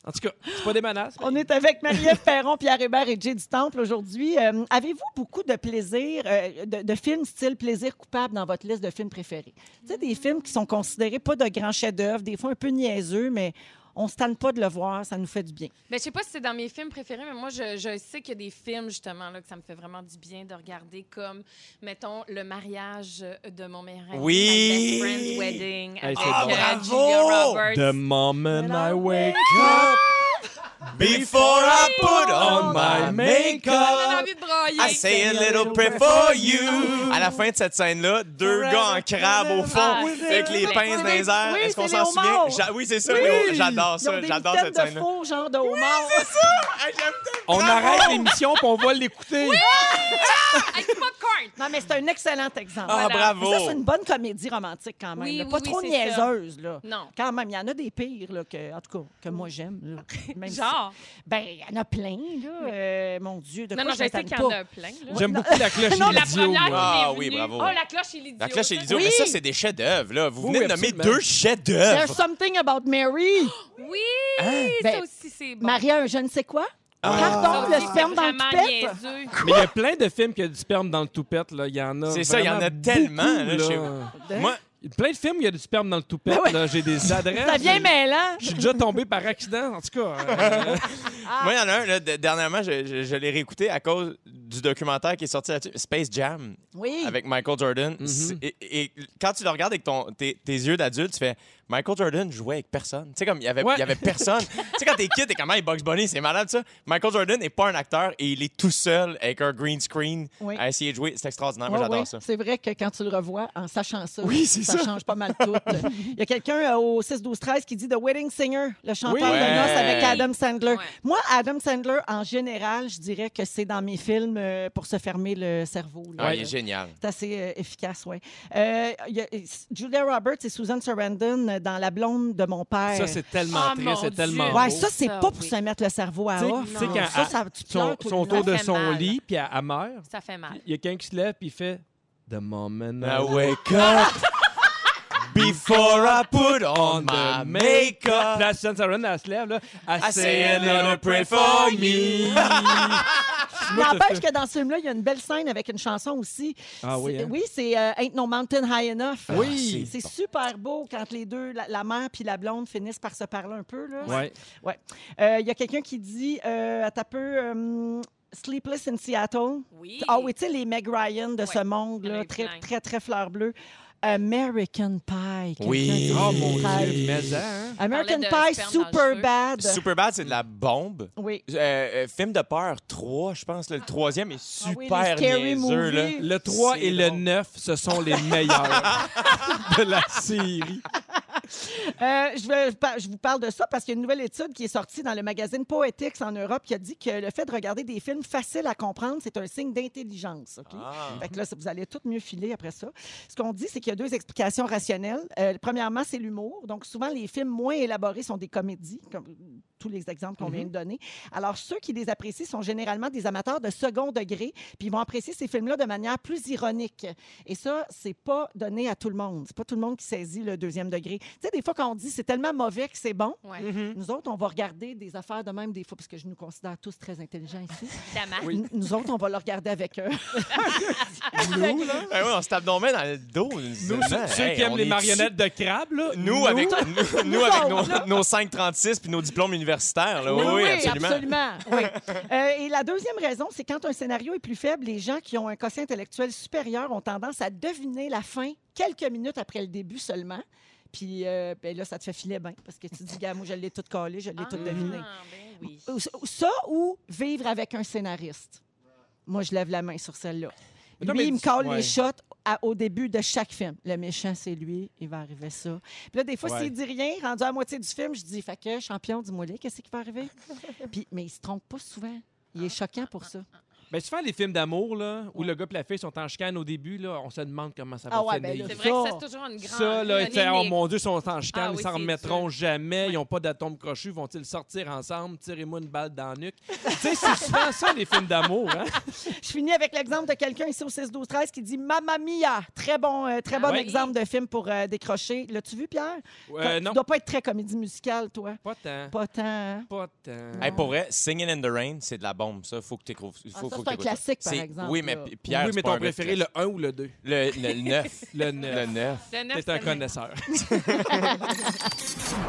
A: En tout cas, c'est pas des menaces.
B: On est avec Marie-Ève Perron, Pierre Hébert et Jay du Temple aujourd'hui. Euh, Avez-vous beaucoup de plaisir, euh, de, de films style plaisir coupable dans votre liste de films préférés? Tu sais, des films qui sont considérés pas de grands chefs-d'œuvre, des fois un peu niaiseux, mais on se tanne pas de le voir, ça nous fait du bien.
E: Mais je sais pas si c'est dans mes films préférés, mais moi, je, je sais qu'il y a des films, justement, là, que ça me fait vraiment du bien de regarder, comme, mettons, Le mariage de mon meilleur ami.
C: Oui!
E: My Best Friend's Wedding.
A: Hey,
E: avec
A: c'est bon.
E: euh,
C: Bravo!
E: Julia Roberts.
A: The moment I wake up.
C: Before I put on my
E: Ça donne
C: makeup,
E: envie de brailler.
C: I say a little prayer for you. À la fin de cette scène-là, deux gars en crabe au fond,
E: Ah, c'est
C: avec les
E: vrai.
C: pinces dans les airs.
B: Oui,
C: Est-ce qu'on
B: c'est
C: s'en
B: Léo
C: souvient?
B: Maur.
C: J'a- Oui, c'est ça,
B: Oui.
C: Léo. J'adore
B: Ils ont
C: ça.
B: des
C: J'adore
B: mitaines
C: cette scène-là.
B: de faux, genre de homard.
C: Hey, j'aime ça.
A: On arrête l'émission puis on va l'écouter.
E: Avec du popcorn.
B: Non, mais c'est un excellent exemple.
C: Ah,
E: Voilà.
C: bravo.
B: Mais Ça, c'est une bonne comédie romantique quand même.
E: Oui,
B: là.
E: oui,
B: pas
E: oui,
B: trop
E: c'est
B: niaiseuse, là.
E: Non.
B: Quand même, il y en a des pires, là, que, en tout cas, que moi j'aime. là. Même si-
E: Genre.
B: Ben, il y en a plein, là. Euh, mon Dieu, de
E: Non,
B: quoi
E: non,
B: je
E: je sais
B: m'étonne
E: qu'il y en
B: pas.
E: a plein. là.
A: J'aime beaucoup la cloche
E: La
A: et
E: première qui
A: l'idiot.
E: est
A: là.
C: Ah,
E: venue-
C: oui, bravo.
E: Oh, la cloche, il est
C: La cloche et l'idiot,
B: Oui.
C: mais ça, c'est des chefs-d'œuvre, là. Vous
A: Oui,
C: venez de nommer
A: absolument.
C: deux chefs-d'œuvre.
B: There's something about Mary.
E: Oui,
B: Ben,
E: ça aussi, c'est bon.
B: Maria, un je ne sais quoi.
E: Ça
C: Ah.
B: Pardon,
E: aussi,
B: le
E: c'est
B: sperme dans
E: vraiment
B: le toupette.
E: niaiseux.
A: Mais il y a plein de films qui ont du sperme dans le toupette. Là. Il y en a.
C: C'est ça, il y en a
A: vraiment
C: tellement,
A: beaucoup,
C: là, chez vous. Moi,
A: Plein de films où il y a du sperme dans le toupette.
B: Ben ouais.
A: là. J'ai des adresses.
B: Ça vient mêlant.
A: Je suis déjà tombé par accident, en tout cas. euh,
B: Ah.
C: Moi, il y en a un, là, de- dernièrement, je, je- je l'ai réécouté à cause du documentaire qui est sorti là-dessus, Space Jam,
B: Oui. Mm-hmm.
C: avec Michael Jordan. C'est- et, et quand tu le regardes avec ton, tes, tes yeux d'adulte, tu fais Michael Jordan jouait avec personne. Tu sais, comme il y avait,
A: Ouais.
C: il y avait personne. tu sais, quand t'es kid, t'es comment, il Bugs Bunny, c'est malade, ça. Michael Jordan n'est pas un acteur et il est tout seul avec un green screen
B: Oui.
C: à essayer de jouer. C'est extraordinaire.
B: Ouais,
C: Ah, Moi, j'adore
B: ouais.
C: ça.
B: C'est vrai que quand tu le revois, en sachant ça,
C: Oui, c'est ça.
B: change pas mal tout. Il y a quelqu'un euh, au 6-12-13 qui dit The Wedding Singer, le chanteur
A: Oui.
B: de
C: Ouais.
B: noces avec Adam Sandler.
E: Ouais.
B: Moi, Adam Sandler, en général, je dirais que c'est dans mes films euh, pour se fermer le cerveau. là.
C: Ah, il est génial.
B: C'est assez euh, efficace, Euh, oui. Julia Roberts et Susan Sarandon euh, dans La blonde de mon père.
A: ça, c'est tellement
E: Ah,
A: triste,
E: mon
A: c'est
E: Dieu.
A: tellement.
B: Oh, Ouais,
A: beau.
B: ça, c'est
E: Ça,
B: pas pour
E: oui.
B: se mettre le cerveau à
A: Tu sais-
B: Ah, off.
A: tu sais,
B: non.
A: quand
B: ça,
A: elle-
B: ça, tu pleures
A: Son,
B: tout le
A: son
B: long.
A: autour de
E: Ça fait
A: son
E: mal. Ah.
A: lit, puis elle, elle meurt.
E: Ça fait mal.
A: Il y a quelqu'un qui se lève, puis il fait The moment I
B: Ben
C: I wake up before I put
A: on
C: on
A: the
C: my
A: makeup.
C: makeup.
A: La Susan Sarandon, elle se lève, là. I
C: say a little prayer for me.
B: N'empêche que dans ce film-là, il y a une belle scène avec une chanson aussi.
A: euh, Ah oui,
B: C'est-
A: hein? Ah,
B: Oui, c'est euh, Ain't No Mountain High Enough.
A: Oui.
B: C'est super beau quand les deux, la, la mère puis la blonde, finissent par se parler un peu. là.
A: Ouais.
B: Ouais. Euh, Il y a quelqu'un qui dit, euh, attends un peu, euh, Sleepless in Seattle.
E: Oui.
B: Ah oui, tu sais, les Meg Ryan de ce
E: Ouais,
B: monde,
E: il y en a
B: là,
E: eu
B: très,
E: plein.
B: très, très fleur bleue. American Pie. quelqu'un
C: Oui.
B: dit
A: Oh mon
B: Pie.
A: Dieu, mais hein?
B: American
E: On parlait
B: Pie,
E: de sperme dans le
B: super
E: cheveu.
B: bad.
C: Superbad, c'est de la bombe.
B: Oui.
C: Euh, euh, film de peur 3, je pense. là, le troisième est
B: Ah oui, les
C: super
B: scary
C: niaiseux. Là.
B: movies.
A: Le 3
C: C'est
A: et le
C: drôle.
A: 9, ce sont les meilleurs de la série.
B: Euh, je, vais- je par- je vous parle de ça parce qu'il y a une nouvelle étude qui est sortie dans le magazine Poetics en Europe qui a dit que le fait de regarder des films faciles à comprendre, c'est un signe d'intelligence. OK?
C: Ah.
B: Fait que là, ça- vous allez tout mieux filer après ça. Ce qu'on dit, c'est qu'il y a deux explications rationnelles. Euh, premièrement, c'est l'humour. Donc, souvent, les films moins élaborés sont des comédies, comme euh, tous les exemples qu'on vient de donner. Alors, ceux qui les apprécient sont généralement des amateurs de second degré, puis ils vont apprécier ces films-là de manière plus ironique. Et ça, c'est pas donné à tout le monde. C'est pas tout le monde qui saisit le deuxième degré. Tu sais, des fois, quand on dit c'est tellement mauvais que c'est bon,
E: Ouais.
B: nous autres, on va regarder des affaires de même des fois, parce que je nous considère tous très intelligents ici.
E: Évidemment.
A: Oui.
B: N- Nous autres, on va le regarder avec eux.
C: Ben oui, on se tape nos mains dans le dos.
A: Nous,
C: seulement.
A: ceux, ceux
C: Hey,
A: qui aiment
C: on
A: les
C: est
A: marionnettes de crabe, là.
C: dessus. Nous, avec, nous, nous avec
B: autres, là.
C: nos, nos 5,36 puis nos diplômes universitaires. là.
B: Oui,
C: Oui,
B: oui,
C: absolument.
B: absolument, oui. Euh, et la deuxième raison, c'est quand un scénario est plus faible, les gens qui ont un quotient intellectuel supérieur ont tendance à deviner la fin quelques minutes après le début seulement. Puis euh, ben là, ça te fait filer bien parce que tu te dis, gars, moi, je l'ai tout collé, je l'ai tout deviné.
E: Ah, ben oui.
B: Ou- ou- Ça ou vivre avec un scénariste. Moi, je lève la main sur celle-là.
A: Non,
B: Lui,
A: mais
B: il me
A: tu-
B: colle
A: ouais.
B: les shots à- au début de chaque film. Le méchant, c'est lui, il va arriver ça. Puis là, des fois,
A: Ouais.
B: s'il dit rien, rendu à la moitié du film, je dis Fait que, champion, dis-moi, qu'est-ce qui va arriver Puis, Mais il se trompe pas souvent. Il est
A: Ah.
B: choquant pour ça.
A: Ben, souvent, les films d'amour, là, où le gars et la fille sont en chicane au début, là, on se demande comment ça va
B: Ah ouais, ben
A: finir.
B: là,
E: C'est vrai que ça, c'est toujours une grande.
A: ça, là,
E: une
A: tu sais, oh
E: énigme.
A: mon Dieu, ils sont en chicane,
E: Ah
A: ils
E: oui,
A: s'en
E: c'est
A: remettront
E: dur.
A: jamais, ils n'ont pas d'atome crochu, vont-ils sortir ensemble, tirez-moi une balle dans la nuque. tu sais, c'est souvent ça, les films d'amour. Hein?
B: Je finis avec l'exemple de quelqu'un ici au 6-12-13 qui dit Mamma Mia. Très bon, euh, très bon
A: oui.
B: exemple de film pour euh, décrocher. L'as-tu vu, Pierre
A: Euh,
B: Tu
A: non,
B: dois pas être très comédie musicale, toi.
A: pas tant.
B: Pas tant. hein?
A: Pas tant.
C: Hey, pour vrai, Singing in the Rain, c'est de la bombe, ça. Faut que tu faut,
B: Ah, ça,
C: faut
B: c'est
C: que
B: un
C: t'écoutes ça.
B: classique, par
C: C'est-
B: exemple,
C: Oui, mais
B: là.
C: P- Pierre,
A: oui,
C: c'est
A: mais
C: pas un
A: ton
C: gars de
A: préféré, le
C: classe.
A: 1 ou le 2?
C: le... le 9.
A: Le 9.
C: le 9.
E: Le neuf,
A: T'es
E: c'est
A: un
E: le neuf.
A: connaisseur.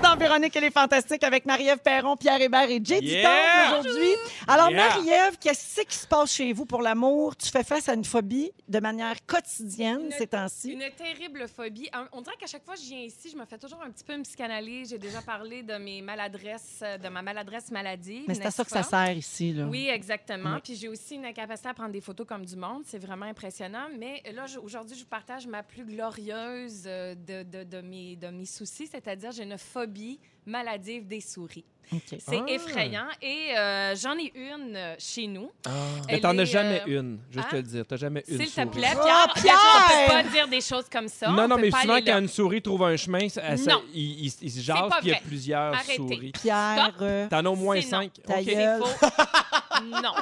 B: Dans Véronique, elle est fantastique avec Marie-Ève Perron, Pierre Hébert et Jay
A: Yeah!
B: Dutton aujourd'hui. Alors,
A: Yeah!
B: Marie-Ève, qu'est-ce qui se passe chez vous pour l'amour? Tu fais face à une phobie de manière quotidienne
E: Une-
B: ces temps-ci.
E: Une terrible phobie. Un- On dirait qu'à chaque fois que je viens ici, je me fais toujours un petit peu me psychanalyse. J'ai déjà parlé de mes maladresses, euh, de ma maladresse maladie.
B: Mais c'est à
E: n'est-ce
B: ça que ça
E: pas?
B: sert ici. Là.
E: Oui, exactement.
B: Oui.
E: Puis j'ai aussi une incapacité à prendre des photos comme du monde. C'est vraiment impressionnant. Mais là, je- aujourd'hui, je vous partage ma plus glorieuse euh, de, de- de mes, de mes soucis, c'est-à-dire j'ai une phobie maladive des souris.
B: OK.
E: C'est
A: Ah.
E: effrayant. Et euh, j'en ai une euh, chez nous.
A: Mais
C: Ah.
E: Elle
A: t'en as
E: est,
A: jamais
E: euh,
A: une, juste
E: hein?
A: te le dire. T'as jamais une
E: S'il te
A: souris.
E: plaît, Pierre,
B: Ah, Pierre!
E: Pierre, on peut pas dire des choses comme ça.
A: Non,
E: On
A: non,
E: peut
A: mais
E: pas
A: souvent,
E: aller là.
A: quand une souris trouve un chemin, ça- ça-
E: Non.
A: il, il- il se jase,
E: pas
A: puis il y a
E: vrai.
A: plusieurs
E: Arrêtez.
A: souris.
B: Pierre,
E: Stop.
B: euh,
A: T'en as au moins
E: C'est non.
A: cinq.
B: Ta
A: OK.
B: gueule.
E: C'est faux. non.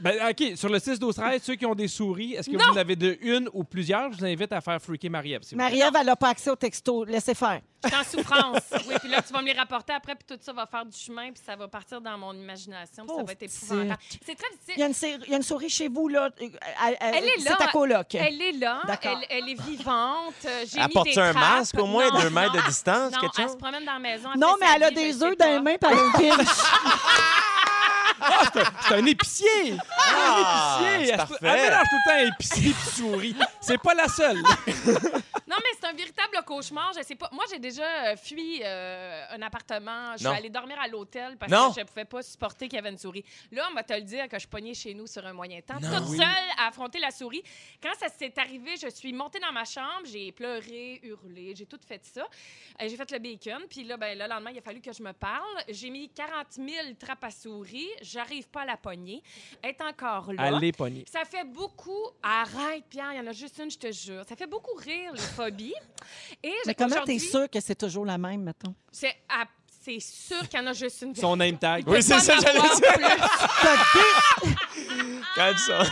A: Ben, OK, sur le 6, 12, 13, ceux qui ont des souris, est-ce que
E: Non.
A: vous en avez de une ou plusieurs? Je vous invite à faire freaker Marie-Ève. s'il vous plaît.
B: Marie-Ève, elle n'a pas accès au texto. Laissez faire.
E: Je suis en souffrance. Oui, puis là, tu vas me les rapporter après, puis tout ça va faire du chemin, puis ça va partir dans mon imagination, puis ça
B: Pauvre
E: va être épouvantable. C'est très
B: Il y, a
E: difficile.
B: une, série- il y a une souris chez vous, là. Euh, Elle,
E: Elle est là.
B: C'est ta coloc.
E: Elle est là,
B: D'accord.
E: elle, elle est vivante. euh, J'ai mis des
C: Apporte-tu un
E: trappes.
C: masque au moins,
E: Non,
C: deux mètres
E: non,
C: de distance,
E: Non,
C: quelque
E: elle
C: chose?
E: se promène dans la maison.
B: Non,
E: fait
B: mais
E: sa
B: elle a
E: vie, je
B: des
E: sais
B: œufs
E: pas.
B: dans les mains par une pile.
A: C'est un épicier!
C: Ah,
A: Un épicier!
C: c'est
A: Elle se-
C: parfait.
A: Elle mélange tout le temps épicier et souris. C'est pas la seule.
E: Non, mais c'est un véritable cauchemar. Je sais pas. Moi, j'ai déjà euh, fui euh, un appartement. Je suis
C: Non.
E: allée dormir à l'hôtel parce
C: Non.
E: que je pouvais pas supporter qu'il y avait une souris. Là, on va te le dire que je pognais chez nous sur un moyen temps,
C: Non.
E: toute
A: Oui.
E: seule à affronter la souris. Quand ça s'est arrivé, je suis montée dans ma chambre, j'ai pleuré, hurlé, j'ai tout fait ça. Euh, j'ai fait le bacon, puis là, ben, le lendemain, il a fallu que je me parle. J'ai mis 40 000 trappes à souris. J'arrive pas à la pogner. Elle est encore là.
A: Allez, pogner.
E: Ça fait beaucoup. Arrête, Pierre, il y en a juste une, je te jure. Ça fait beaucoup rire, les phobies. Et
B: Mais comment t'es
E: aujourd'hui,
B: sûr que c'est toujours la même, mettons?
E: C'est ah, c'est sûr qu'il y en a juste une.
A: Son name tag.
C: Oui, c'est ça, j'allais dire.
B: T'as des-
C: Quand ça.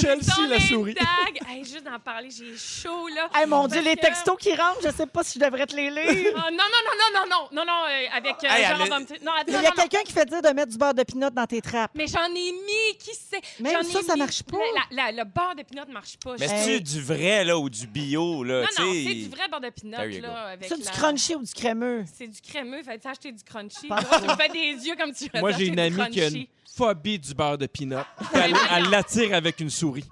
A: Chelsea,
E: Son
A: la
E: name
A: souris.
E: tag. Hey, juste d'en parler, j'ai chaud, là.
B: Hey, mon Dieu,
E: Parce
B: les
E: que-
B: textos qui rentrent, je sais pas si je devrais te les lire.
E: Ah, non, non, non, non, non, non, non, non, euh, avec euh,
C: Hey,
E: Jean
C: elle est-
E: Van T- Non, attends,
B: Il
E: non,
B: y a
E: non.
B: quelqu'un qui fait dire de mettre du beurre de pinot dans tes trappes.
E: Mais j'en ai mis, qui sait?
B: Même
E: J'en
B: ça,
E: ai
B: ça
E: mis-
B: marche pas.
E: La- la- le beurre de pinot ne marche pas.
C: Mais
E: Je-
C: c'est-tu
B: Hey.
C: du vrai, là, ou du bio, là?
E: Non,
C: tu
E: non,
C: sais?
E: c'est du vrai beurre de pinot,
C: There you go.
E: là. avec
B: C'est du
E: la-
B: crunchy ou du crémeux?
E: C'est du crémeux, faites acheter du crunchy.
B: Pas
E: Gros, tu me fais des yeux comme tu veux
A: Moi, j'ai
E: t'acheter
A: une
E: du
A: amie qui a
E: crunchy.
A: une phobie du beurre de pinot. Elle elle l'attire avec une souris.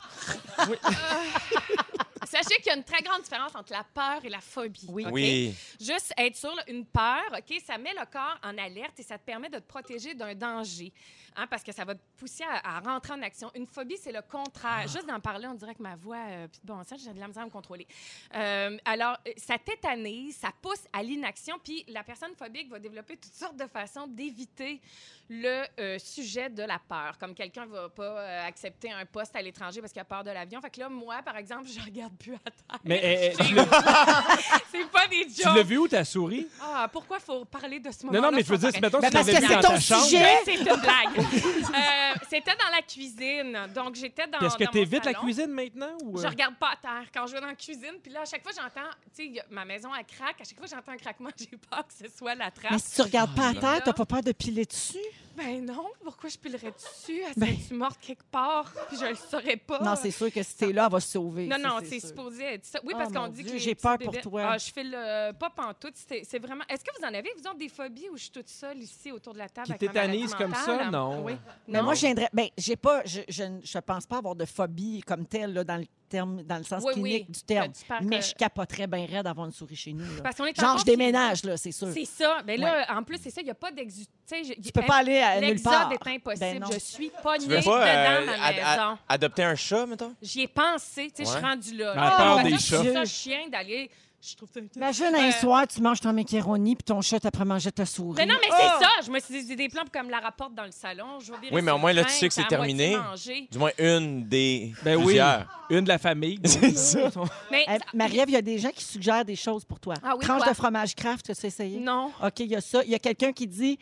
E: Sachez qu'il y a une très grande différence entre la peur et la phobie.
B: Oui.
E: OK?
C: Oui.
E: Juste être sur le- une peur, OK, ça met le corps en alerte et ça te permet de te protéger d'un danger. Hein, parce que ça va te pousser à, à rentrer en action. Une phobie, c'est le contraire. Juste d'en parler, on dirait que ma voix, euh, puis bon ça, j'ai de la misère à me contrôler. Euh, alors, euh, ça tétanise, ça pousse à l'inaction, puis la personne phobique va développer toutes sortes de façons d'éviter le euh, sujet de la peur. Comme quelqu'un ne va pas euh, accepter un poste à l'étranger parce qu'il a peur de l'avion. Fait que là, moi, par exemple, je regarde plus à terre.
A: Mais eh, eh, tu l'as-
E: C'est pas des
A: tu l'as
E: jokes.
A: vu où, ta souris?
E: Ah, pourquoi faut parler de ce
A: Non,
E: moment-là?
A: non, mais je veux dire,
E: Faut
A: mettons que
B: Ben,
A: tu
B: parce
A: l'avais
B: que
A: vu
B: c'est
A: dans
B: ton
A: ta chambre.
B: sujet.
E: Mais c'est une blague. Euh, c'était dans la cuisine. Donc, j'étais dans.
A: Est-ce que
E: dans
A: t'es
E: mon
A: vite la
E: salon.
A: cuisine maintenant? Ou...
E: Je
A: euh?
E: regarde pas à terre quand je vais dans la cuisine. Puis là, à chaque fois, j'entends. Tu sais, y a- ma maison, elle craque. À chaque fois, j'entends un craquement. J'ai peur que ce soit la
B: Mais
E: trappe.
B: si tu regardes pas à terre,
E: là.
B: t'as pas peur de piler dessus?
E: Ben non, pourquoi je pilerais dessus? Elle
B: Ben-
E: serait-tu morte quelque part? Puis je le saurais pas.
B: Non, c'est sûr que si t'es là, elle va se sauver.
E: Ah.
B: ça,
E: Non, non, c'est
B: sûr.
E: supposé être ça. Oui,
B: Ah,
E: parce
B: mon
E: qu'on dit
B: Dieu,
E: que. les
B: j'ai
E: petits
B: peur pour
E: bébés-
B: toi.
E: Ah, je fais le pas pantoute. C'est c'est vraiment. Est-ce que vous en avez, vous autres, des phobies où je suis toute seule ici autour de la table?
A: Qui
E: avec ma maladie
A: tétanise comme ça?
E: mentale?
A: Non.
E: Oui.
B: Mais
E: Non?
B: moi, je viendrais. Ben, j'ai pas. Je, je, ne- je pense pas avoir de phobie comme telle, là, dans le terme, dans le sens
E: Oui, oui.
B: clinique du
E: T'as
B: terme.
E: du parc,
B: Mais
E: euh,
B: je capoterais bien raide d'avoir une souris chez nous. là.
E: Parce qu'on est
B: Genre,
E: encore-
B: je déménage, là, c'est sûr.
E: C'est ça. Mais là, en plus, c'est ça, il n'y a pas d'exu.
B: Tu peux pas aller à nulle part.
E: L'exode est impossible.
B: Ben non.
E: je suis
C: Tu
E: pognée
C: veux
E: dedans
C: pas euh,
E: ma
C: ad- ad-
E: maison.
C: adopter un chat, mettons?
E: J'y ai pensé. tu sais, Je suis
C: Ouais.
E: rendue là.
A: La peur
E: Parce que
A: des
E: je trouve
B: chats.
E: ça chien d'aller. Je trouve ça.
B: Imagine un
E: Euh,
B: soir, tu manges ton macaroni, puis ton chat, après manger ta souris.
E: Mais Ben non, mais c'est ça. Je me suis dit des plans pour comme la rapporte dans le salon. Je vais virer
C: Oui, mais au
E: sur
C: moins,
E: le
C: là, tu
E: train,
C: sais que
E: t'as
C: c'est
E: à moitié
C: terminé.
E: mangé.
C: Du moins une des
A: Ben oui,
C: plusieurs.
A: une de la famille.
C: C'est ça.
E: Mais
B: Eh, Marie-Ève, il y a des gens qui suggèrent des choses pour toi.
E: Ah oui,
B: Tranche
E: quoi?
B: de fromage craft, tu as essayé?
E: non,
B: OK, il y a ça. Il y a quelqu'un qui dit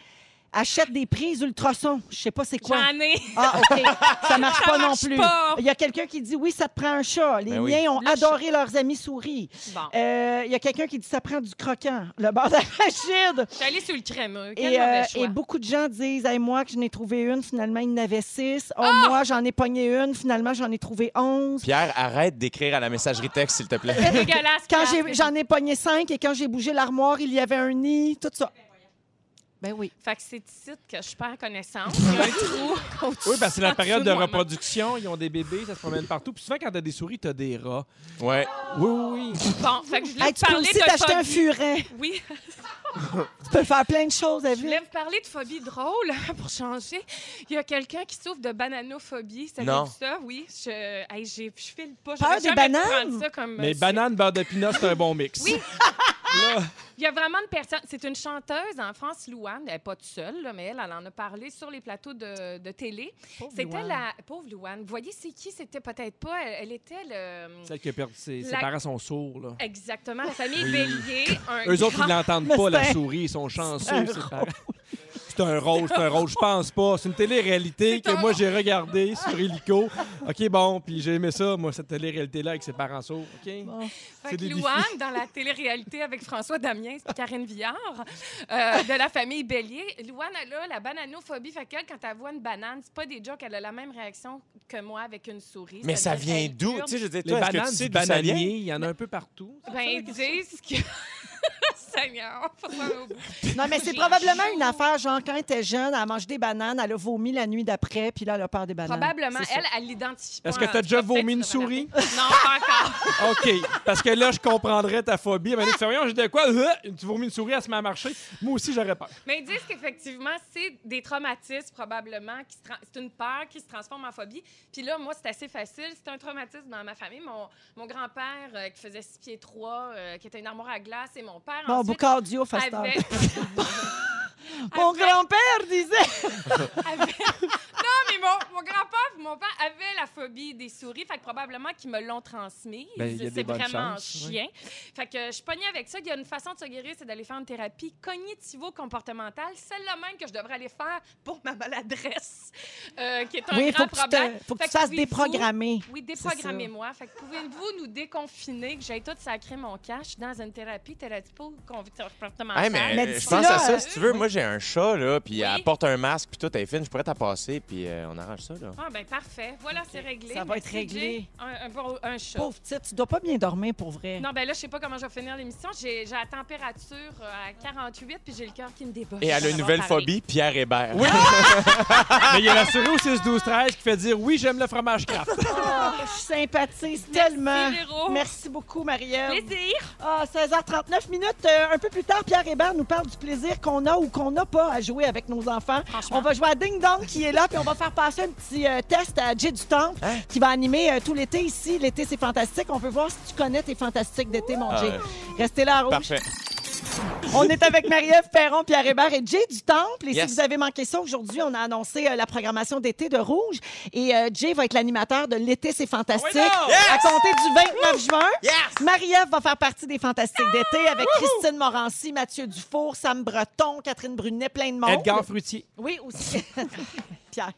B: achète des prises ultrasons. Je sais pas c'est quoi.
E: j'en ai.
B: Ah, OK. Ça marche
E: Ça
B: pas
E: marche
B: non plus.
E: pas.
B: Il y a quelqu'un qui dit oui, ça te prend un chat. Les
C: Ben oui.
B: miens ont
E: Le
B: adoré leurs amis souris.
E: Bon,
B: Euh, Il y a quelqu'un qui dit ça prend du croquant. Le bord de la
E: je suis allée sur le crémeux. Quel
B: Et, euh,
E: mauvais
B: et
E: choix.
B: beaucoup de gens disent hey, moi que je n'ai trouvé une, finalement il y en avait six. Oh,
E: Ah!
B: moi j'en ai pogné une, finalement j'en ai trouvé onze.
C: Pierre, arrête d'écrire à la messagerie texte, s'il te plaît.
E: C'est dégueulasse.
B: Quand
E: Pierre.
B: j'ai- j'en ai pogné cinq et quand j'ai bougé l'armoire, il y avait un nid, tout ça. Ben oui.
E: Fait que c'est ici que je perds connaissance. Il y a un trou.
A: Oui, parce que c'est la période de
E: Absolument.
A: reproduction. Ils ont des bébés, ça se promène partout. Puis souvent, quand t'as des souris, t'as des rats.
C: Ouais.
A: Oui, oui, oui.
E: Bon, fait que je voulais
B: Hey,
E: vous
B: tu peux
E: parler
B: aussi
E: de
B: t'acheter un
E: phobie.
B: furet.
E: Oui,
B: Tu peux faire plein de choses
E: je
B: avec.
E: voulais vous parler de phobie drôle pour changer. Il y a quelqu'un qui souffre de bananophobie.
C: Non.
E: Savez-vous ça? Oui, je, hey, j'ai- je file pas.
B: Peur
E: J'aurais
B: des
E: jamais pu
B: bananes?
E: prendre ça comme,
A: Mais
E: euh,
A: banane, beurre de pinot, c'est un bon mix.
E: Oui.
A: Là,
E: Il y a vraiment une personne, c'est une chanteuse en France, Louane, elle n'est pas toute seule, là, mais elle, elle en a parlé sur les plateaux de, de télé. C'était
A: Louane.
E: la pauvre Louane. Vous voyez, c'est qui c'était peut-être pas. Elle, elle était le.
A: celle qui a perdu ses, ses
E: La-
A: parents sont sourds. Là.
E: Exactement, la famille
A: Oui.
E: Bélier. Un
A: Eux autres,
E: grand-
A: ils l'entendent
B: Mais
A: pas, la
B: c'est un-
A: souris. Ils sont chanceux,
B: un
A: ses parents. C'est un rôle, c'est un rôle, je pense pas. C'est une télé-réalité que
E: C'est un
A: moi
E: rôle.
A: j'ai regardée sur Helico. OK, bon, puis j'ai aimé ça, moi, cette télé-réalité-là avec ses parents sourds. OK?
E: Fait
A: C'est
E: que
A: des défis.
E: Louane, dans la télé-réalité avec François Damiens et Karine Viard, euh, de la famille Bélier, Louane, elle a la bananophobie. Fait qu'elle, quand elle voit une banane, c'est pas des jokes, elle a la même réaction que moi avec une souris.
C: Mais ça
E: C'est-à-dire,
C: vient
E: elle
C: d'où?
E: hurle.
C: Tu sais, je veux dire,
A: Les
C: toi, est-ce que
A: bananes
C: tu
A: du
C: sais d'où ça vient?
A: bananier, il y en a un peu partout.
E: Ben, ils disent que. Seigneur, pourquoi au bout?
B: Non, mais c'est
E: J'ai
B: probablement
E: chaud.
B: une affaire, genre, quand elle était jeune, elle mange des bananes, elle a vomi la nuit d'après, puis là, elle a peur des bananes.
E: Probablement,
B: C'est ça.
E: elle, elle l'identifie pas.
A: Est-ce que
E: en
A: t'as
E: tout
A: déjà
E: cas, peut-être
A: vomi une
E: sur
A: souris?
E: banane. Non, pas encore.
A: OK. Parce que là, je comprendrais ta phobie. Mais tu fais, voyons, j'ai de quoi? Euh, Tu vomis une souris, elle se met à marcher. Moi aussi, j'aurais peur.
E: Mais ils disent qu'effectivement, c'est des traumatismes probablement. qui se tra- C'est une peur qui se transforme en phobie. Puis là, moi, c'est assez facile. C'est un traumatisme dans ma famille. Mon, mon grand-père, euh, qui faisait 6 pieds 3, qui était une armoire à glace, et mon père,
B: Mon
E: ensuite,
B: boucardio, Fastor.
E: avait...
B: Mon
E: avait-
B: grand-père disait.
E: avait- Non, mais mon, mon grand-père et mon père avaient la phobie des souris, fait que probablement qu'ils me l'ont transmise.
A: Ben, il y a des
E: c'est
A: bonnes
E: vraiment
A: chances, oui.
E: chien. Fait que je pognais avec ça. Il y a une façon de se guérir, c'est d'aller faire une thérapie cognitivo-comportementale, celle-là même que je devrais aller faire pour ma maladresse, euh, qui est un
B: Oui, faut
E: grand
B: que, tu
E: problème.
B: te- faut que
E: Fait
B: tu fasses
E: pouvez-vous-
B: déprogrammer.
E: Oui, déprogrammez-moi. Fait que pouvez-vous nous déconfiner, que j'aille tout sacré mon cash dans une thérapie, thérapie comportementale?
C: Hey, mais,
B: Mais
C: euh,
B: d'ici
C: je pense
B: là,
C: à
B: euh,
C: ça, si tu veux. Moi, j'ai un chat, là, puis
E: Oui.
C: elle porte un masque, puis tout est fine. Je pourrais t'en passer, puis euh, on arrange ça, là.
E: Ah, ben parfait. Voilà, c'est réglé.
B: Ça va être
E: Merci,
B: réglé.
E: Jay. Un, un, bon- un chat.
B: Pauvre petite, tu dois pas bien dormir pour vrai.
E: Non, ben là, je sais pas comment je vais finir l'émission. J'ai j'ai la température euh, à 48, puis j'ai le cœur qui me déboche.
C: Et elle a une nouvelle phobie, Pierre Hébert. Oui,
B: Ah.
A: Mais il y a la souris au 6-12-13 qui fait dire, oui, j'aime le fromage craft.
B: Ah, je sympathise tellement.
E: Véro.
B: Merci beaucoup, Marie-Ève.
E: Plaisir!
B: Ah, 16h39 minutes. Euh, un peu plus tard, Pierre Hébert nous parle du plaisir qu'on a ou qu'on n'a pas à jouer avec nos enfants.
E: Franchement.
B: On va jouer à Ding Dong qui est là, puis on va faire passer un petit euh, test à Jay du Temple qui va animer euh, tout l'été ici. L'été, c'est fantastique. On peut voir si tu connais tes fantastiques d'été, mon Jay.
C: ouais.
B: Restez là, à Rouge.
C: parfait.
B: On est avec Marie-Ève Perron, Pierre Hébert et Jay du Temple. Et
C: Yes.
B: si vous avez manqué ça, aujourd'hui, on a annoncé euh, la programmation d'été de Rouge. Et euh, Jay va être l'animateur de l'été, c'est fantastique.
C: Oh,
A: donc!
B: À compter du 29 juin.
C: Yes! Ah!
B: Marie-Ève va faire partie des Fantastiques d'été avec Christine Morancy, Mathieu Dufour, Sam Breton, Catherine Brunet, plein de monde.
A: Edgar Fruitier.
B: Oui, aussi. Pierre.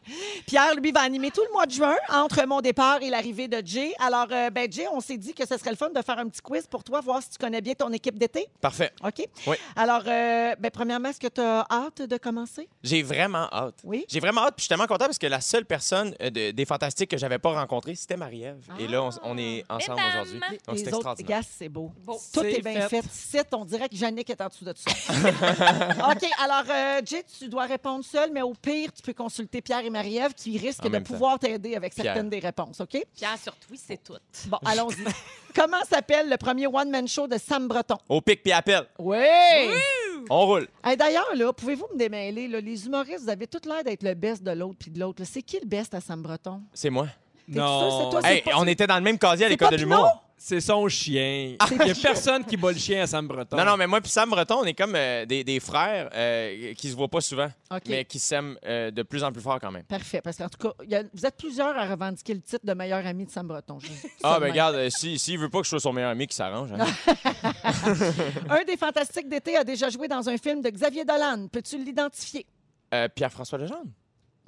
B: Pierre, lui, va animer tout le mois de juin entre mon départ et l'arrivée de Jay. Alors, euh, ben, Jay, on s'est dit que ce serait le fun de faire un petit quiz pour toi, voir si tu connais bien ton équipe d'été.
C: Parfait.
B: OK?
C: Oui.
B: Alors, euh, ben, premièrement, est-ce que tu as hâte de commencer?
C: J'ai vraiment hâte.
B: Oui.
C: J'ai vraiment hâte, puis je suis tellement content parce que la seule personne euh, de- des fantastiques que j'avais pas rencontrée, c'était Marie-Ève. Et là, on, on est ensemble
E: Mesdames.
C: aujourd'hui. Donc, Ah, c'est
B: Ah! Les autres
C: extraordinaire.
B: gars, c'est beau.
E: Beau.
B: Tout
A: C'est
B: est bien
A: fait.
B: fait. C'est, on dirait que Yannick est en dessous de tout ça. OK, alors, euh, Jay, tu dois répondre seul, mais au pire, tu peux consulter et Pierre et Marie-Ève qui risquent
C: En
B: de
C: même temps.
B: pouvoir t'aider avec certaines des réponses, OK?
E: Pierre, surtout, c'est tout.
B: Bon, allons-y. Comment s'appelle le premier one-man show de Sam Breton?
C: Au pic puis appel.
B: Oui!
C: On roule.
B: Hey, D'ailleurs, là, pouvez-vous me démêler? là, les humoristes, vous avez tout l'air d'être le best de l'autre puis de l'autre. là. C'est qui le best à Sam Breton?
C: C'est moi.
B: T'es sûr, c'est toi,
C: Hey,
B: pas-
C: on était dans le même casier à
B: c'est
C: l'école
B: pas
C: de
B: Pinot?
C: l'humour.
A: C'est son chien.
B: Ah.
A: Il n'y a personne qui bat le chien à Sam Breton.
C: Non, non, mais moi puis Sam Breton, on est comme euh, des, des frères euh, qui se voient pas souvent,
B: OK.
C: mais qui s'aiment euh, de plus en plus fort quand même.
B: Parfait. Parce qu'en tout cas, il y a- vous êtes plusieurs à revendiquer le titre de meilleur ami de Sam Breton. Je-
C: Ah,
B: seulement.
C: ben regarde, euh, si- s'il veut pas que je sois son meilleur ami, qu'il s'arrange. hein.
B: Un des fantastiques d'été a déjà joué dans un film de Xavier Dolan. Peux-tu l'identifier?
C: Euh, Pierre-François Lejeune?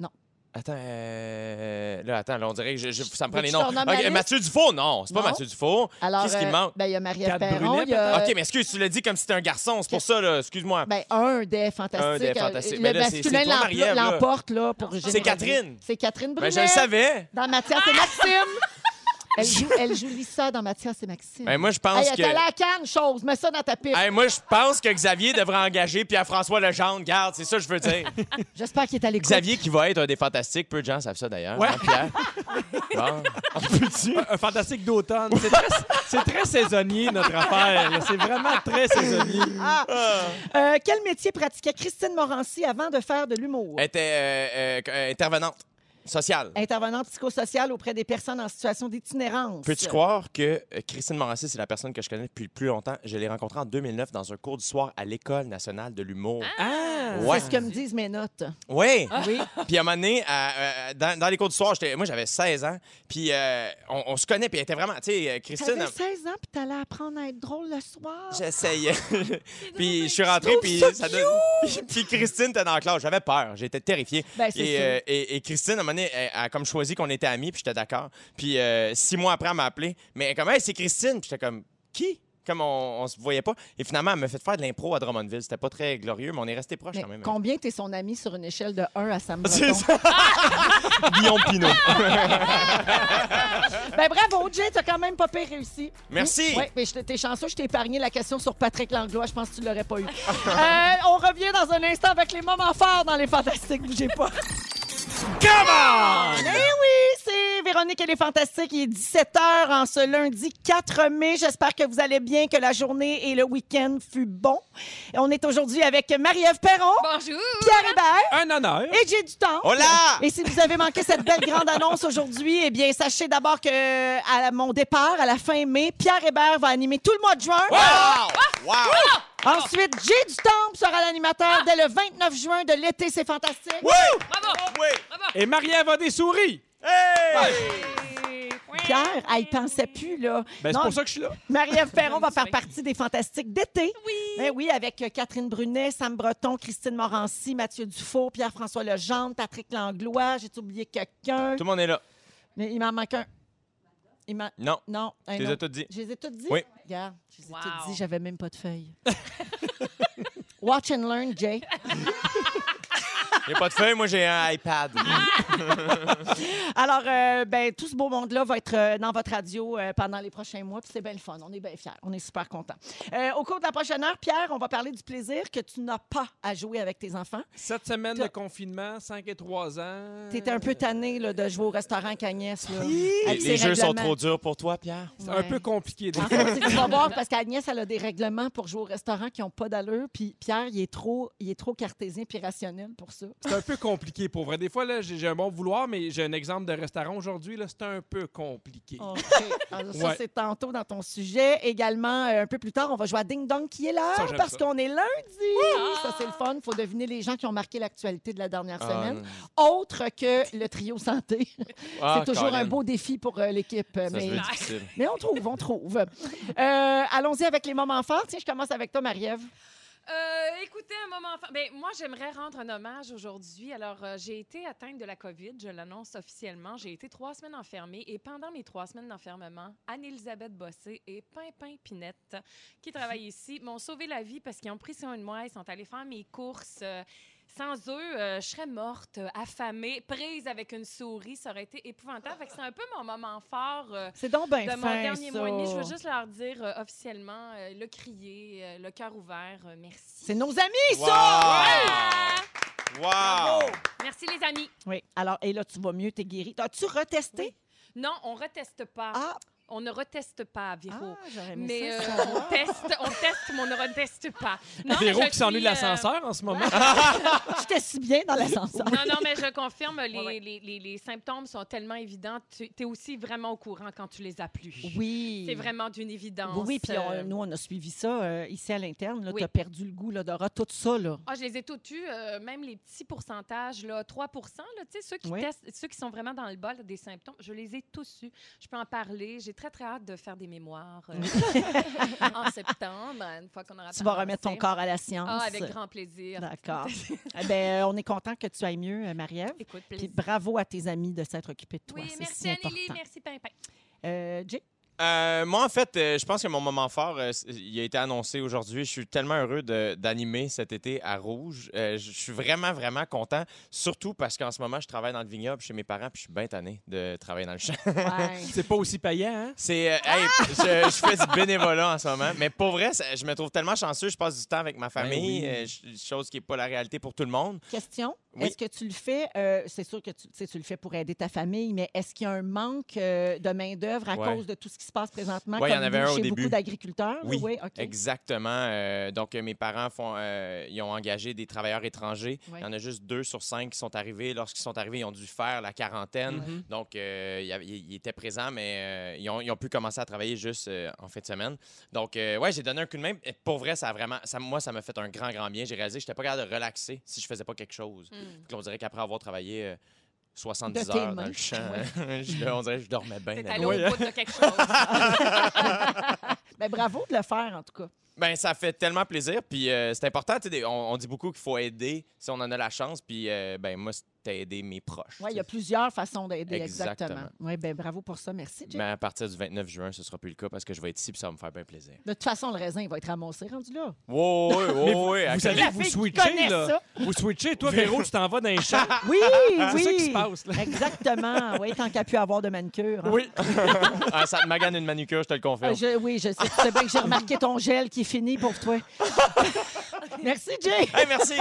B: Non.
C: Attends, euh, là, attends, là, on dirait que je- je- ça me prend les
B: Veux-tu que je
C: noms.
B: te renomme
C: Ok,
B: la liste?
C: Mathieu Dufour? Non, c'est pas
B: Non.
C: Mathieu Dufour.
B: Alors,
C: Qu'est-ce qui
B: euh,
C: manque?
B: ben, il y a Marie-Ève
A: Kat
B: Perron.
A: Brunet,
B: Il y a,
C: OK, mais excuse, tu l'as dit comme si c'était un garçon, c'est pour ça, là. Excuse-moi.
B: ben, un des fantastiques.
C: Un des
B: euh,
C: fantastiques.
B: Le
C: Mais là, c'est-
B: masculin
C: c'est toi,
B: l'emporte-
C: Marie-Ève, là.
B: l'emporte, là, pour
C: C'est
B: généraliser.
C: Catherine.
B: C'est Catherine Brunet.
C: Ben, je le savais.
B: Dans Mathias et Maxime. elle, joue, elle joue Lisa dans Mathias et Maxime.
C: Ben, moi, je pense
B: Hey, elle est
C: que.
B: allée à Cannes, chose. Mets ça dans ta pipe.
C: Hey, moi, je pense que Xavier devrait engager Pierre-François Lejeune. Garde, c'est ça que je veux dire.
B: J'espère qu'il est à l'écoute.
C: Xavier qui va être un des fantastiques. Peu de gens savent ça d'ailleurs.
A: Ouais.
C: hein, Pierre. Bon.
A: Un fantastique d'automne. C'est très, c'est très saisonnier, notre affaire. là. C'est vraiment très saisonnier.
B: Euh, quel métier pratiquait Christine Morancy avant de faire de l'humour?
C: Elle était euh, euh, euh, intervenante sociale.
B: Intervenante psychosociale auprès des personnes en situation d'itinérance.
C: Peux-tu croire que euh, Christine Morancy, c'est la personne que je connais depuis le plus longtemps? Je l'ai rencontrée en 2009 dans un cours du soir à l'École nationale de l'humour.
A: Ah!
C: Ouais.
B: Euh, C'est ce que Ah! me disent mes notes.
C: Oui.
B: Oui.
C: Puis à un moment donné, à- euh, dans, dans les cours du soir, j'étais- moi, j'avais 16 ans. Puis euh, on, on se connaît. Puis elle était vraiment. Tu sais, euh, Christine.
B: T'avais 16 ans, puis t'allais apprendre à être drôle le soir.
C: J'essayais. puis je suis rentré, puis ça donne- puis Christine était dans la classe. J'avais peur. J'étais terrifié.
B: Ben, c'est
C: et,
B: sûr.
C: euh, et, et Christine, à un moment donné, elle a comme choisi qu'on était amis, puis j'étais d'accord. Puis euh, six mois après, elle m'a appelé. Mais elle est comme, hey, c'est Christine. Puis j'étais comme, qui? Comme on, on se voyait pas. Et finalement, elle m'a fait faire de l'impro à Drummondville. C'était pas très glorieux, mais on est resté proches
B: Mais
C: quand même.
B: combien t'es son ami sur une échelle de 1 à Sam
C: C'est
B: Breton?
C: ça. Guillaume Pinot.
B: Ben bravo, Jay, t'as quand même pas pire réussi.
C: Merci.
B: Oui, mais je t'ai- t'es chanceux, je t'ai épargné la question sur Patrick Langlois. Je pense que tu l'aurais pas eu. Euh, on revient dans un instant avec les moments forts dans les Fantastiques. Bougez pas. Come on! Eh oui, c'est Véronique et les Fantastiques. Il est 17h en ce lundi 4 mai. J'espère que vous allez bien, que la journée et le week-end fut bon. On est aujourd'hui avec Marie-Ève Perron,
E: Bonjour!
B: Pierre Hébert
A: Un honneur.
B: et J'ai du temps.
C: Hola!
B: Et si vous avez manqué cette belle grande annonce aujourd'hui, eh bien, sachez d'abord que euh, à mon départ, à la fin mai, Pierre Hébert va animer tout le mois de juin.
C: Wow!
B: Ah!
C: Wow!
B: Ensuite, Jay du Temple sera l'animateur dès le 29 juin de l'été. C'est fantastique.
C: Oui!
E: Bravo!
C: Oui!
E: Bravo!
A: Et Marie-Ève a des souris.
C: Hey!
B: Pierre, elle y pensait plus, là.
A: Ben, c'est
B: Non,
A: pour ça que je suis là.
B: Marie-Ève Perron va faire
E: Oui.
B: partie des Fantastiques d'été.
E: Oui!
B: Ben oui, avec euh, Catherine Brunet, Sam Breton, Christine Morancy, Mathieu Dufault, Pierre-François Legendre, Patrick Langlois. J'ai oublié quelqu'un.
C: Tout le monde est là.
B: Mais il m'en manque un. Il m'en-
C: Non.
B: Non, un
C: Je les
B: autre.
C: ai tous dit.
B: Je les ai toutes dit?
C: Oui.
B: Regarde, je les ai
E: Wow.
B: toutes dit, j'avais même pas de feuille. Watch and learn, Jay.
C: Il n'y a pas de feuille, moi j'ai un iPad.
B: Ah, Alors, euh, ben, tout ce beau monde-là va être euh, dans votre radio euh, pendant les prochains mois. puis C'est bien le fun. On est bien fiers. On est super contents. Euh, au cours de la prochaine heure, Pierre, on va parler du plaisir que tu n'as pas à jouer avec tes enfants.
A: Cette semaine
B: T'as-
A: de confinement, 5 et 3 ans.
B: Tu étais un peu tanné là, de jouer au restaurant qu'Agnès. là,
C: Les,
B: avec ses
C: les jeux sont
B: règlements.
C: trop durs pour toi, Pierre.
A: C'est un
B: Ouais. Ah.
A: peu compliqué. des
B: En
A: fois.
B: fait, c'est- tu vas voir, parce qu'Agnès, elle a des règlements pour jouer au restaurant qui n'ont pas d'allure. Puis Pierre, il est trop, il est trop cartésien puis rationnel pour ça.
A: C'est un peu compliqué pour vrai. Des fois, là, j'ai j'ai un bon vouloir, mais j'ai un exemple de restaurant aujourd'hui. là, C'est un peu compliqué.
B: OK. Alors, ça,
A: Ouais.
B: c'est tantôt dans ton sujet. Également, euh, un peu plus tard, on va jouer à Ding Dong qui est
A: Ça,
B: l'heure
A: j'aime
B: parce
A: ça.
B: qu'on est lundi. Ça, c'est le fun. Il faut deviner les gens qui ont marqué l'actualité de la dernière
C: Ah,
B: semaine.
C: non.
B: Autre que le trio santé.
C: Ah,
B: c'est toujours un
C: Colin.
B: beau défi pour euh, l'équipe. euh,
C: Ça se
B: Mais,
C: veut difficile.
B: mais on trouve, on trouve. Euh, Allons-y avec les moments forts. Tiens, je commence avec toi, Marie-Ève.
E: Euh, écoutez, un moment. fa- Ben, moi, j'aimerais rendre un hommage aujourd'hui. Alors, euh, j'ai été atteinte de la COVID, je l'annonce officiellement. J'ai été trois semaines enfermée et pendant mes trois semaines d'enfermement, Anne-Elisabeth Bossé et Pimpin Pinette, qui travaillent ici, m'ont sauvé la vie parce qu'ils ont pris soin de moi. Ils sont allés faire mes courses. euh, sans eux, euh, je serais morte, euh, affamée, prise avec une souris. Ça aurait été épouvantable. Fait que c'est un peu mon moment fort. euh,
B: C'est donc bien
E: de
B: fin,
E: mon dernier
B: ça.
E: mois et demi. Je veux juste leur dire euh, officiellement, euh, le crier, euh, le cœur ouvert, euh, merci. Ah!
B: C'est nos amis,
C: Wow!
B: ça!
C: Wow!
E: Merci, les amis.
B: Oui. Alors, et là, tu vas mieux, t'es guéri. As-tu retesté?
E: Non, on reteste pas.
B: Ah,
E: On ne reteste pas, Véro.
B: ah, j'aurais aimé
E: mais
B: ça,
E: euh,
B: savoir.
E: on teste, on teste, mais on ne reteste pas. Non,
A: Ah, Véro
E: mais je
A: qui s'ennuie de
E: suis,
A: l'ascenseur en ce moment.
B: J'étais si bien dans l'ascenseur.
E: euh, Non, non, mais je confirme, les,
B: Ouais, ouais.
E: les- les- les symptômes sont tellement évidents. Tu es aussi vraiment au courant quand tu les as plus.
B: Oui.
E: C'est vraiment d'une évidence.
B: Oui, oui, puis on-
E: euh,
B: nous, on a suivi ça euh, ici à l'interne.
E: Oui.
B: Tu as perdu le goût, là, Dora, tout ça. Là.
E: Ah, je les ai tous eus, euh, même les petits pourcentages, là, 3 là, tu sais, ceux, qui
B: Oui.
E: testent- ceux qui sont vraiment dans le bol des symptômes, je les ai tous eus. Je peux en parler. J'ai très, très hâte de faire des mémoires euh, en septembre, une fois qu'on aura
B: Tu vas remettre ton
E: avancé.
B: corps à la science.
E: Ah, avec grand plaisir.
B: D'accord. Eh ben, euh, on est content que tu ailles mieux, euh, Marie-Ève.
E: Écoute,
B: Puis
E: plaisir.
B: bravo à tes amis de s'être occupés de toi.
E: Oui,
B: C'est
E: merci
B: si important.
E: Anneli, merci Pimpin.
B: Euh, Jay?
C: Euh, moi, en fait, euh, je pense que mon moment fort, euh, c- il a été annoncé aujourd'hui. Je suis tellement heureux de- d'animer cet été à Rouge. Euh, je suis vraiment, vraiment content, surtout parce qu'en ce moment, je travaille dans le vignoble chez mes parents, puis je suis bien tanné de travailler dans le champ.
A: C'est pas aussi payant, hein?
C: C'est, euh, hey, je, je fais du bénévolat en ce moment, mais pour vrai, ça- je me trouve tellement chanceux. Je passe du temps avec ma famille,
A: oui.
C: euh, ch- chose qui n'est pas la réalité pour tout le monde.
B: Question.
C: Oui.
B: Est-ce que tu le fais, euh, c'est sûr que tu, tu sais, tu le fais pour aider ta famille, mais est-ce qu'il y a un manque euh, de main-d'œuvre à
C: Ouais.
B: cause de tout ce qui se passe présentement
C: Ouais, il y en
B: comme
C: avait
B: nous,
C: un au
B: chez
C: début.
B: beaucoup d'agriculteurs?
C: Oui,
B: OK.
C: Exactement. Euh, donc, euh, mes parents font, euh, ils ont engagé des travailleurs étrangers.
B: Ouais.
C: Il y en a juste deux sur cinq qui sont arrivés. Lorsqu'ils sont arrivés, ils ont dû faire la
A: hein?
C: quarantaine.
A: Mm-hmm.
C: Donc, euh, il y avait- ils étaient présents, mais euh, ils, ont, ils ont pu commencer à travailler juste euh, en fin de semaine. Donc, euh, ouais, j'ai donné un coup de main. Et pour vrai, ça a vraiment, ça, moi, ça m'a fait un grand, grand bien. J'ai réalisé que je n'étais pas capable de relaxer si je faisais pas quelque chose.
A: Mmh.
E: Mm.
C: On dirait qu'après avoir travaillé euh, 70
B: De tes
C: heures dans
B: mains.
C: le champ, je- on dirait que je dormais
A: Ben,
C: bien.
E: T'es
C: la
E: allé
C: nuit.
E: au bout de quelque chose.
B: Ben, bravo de le faire, en tout cas.
C: Ben, ça fait tellement plaisir. Puis euh, c'est important. tu sais, des- On, on dit beaucoup qu'il faut aider si on en a la chance. Puis euh, ben, moi, c'était aider mes proches.
B: Oui, il y a
C: tu sais.
B: plusieurs façons d'aider, exactement.
C: Exactement. Ben
B: Oui, ben, bravo pour ça. Merci, Jay.
C: Mais à partir du 29 juin, ce sera plus le cas parce que je vais être ici puis ça va me faire bien plaisir.
B: De toute façon, le raisin, il va être ramassé, rendu là.
C: Wow, oui,
A: Mais
C: wow, oui.
A: vous, vous savez
B: La
A: que vous
B: fille qui
A: switchez,
B: connaît
A: là.
B: ça.
A: Vous switchez. Toi, Véro, tu t'en vas dans les champs.
B: Oui, oui.
A: C'est ça qui se passe, là.
B: Exactement. Oui, tant qu'à pu avoir de manucure. hein.
A: Oui.
C: Ah, ça te magane une manucure, je te le
B: Ah,
C: confirme.
B: je- oui, je sais. Tu sais bien que j'ai remarqué ton gel qui est fini pour toi. Merci, Jay.
C: Hey, merci!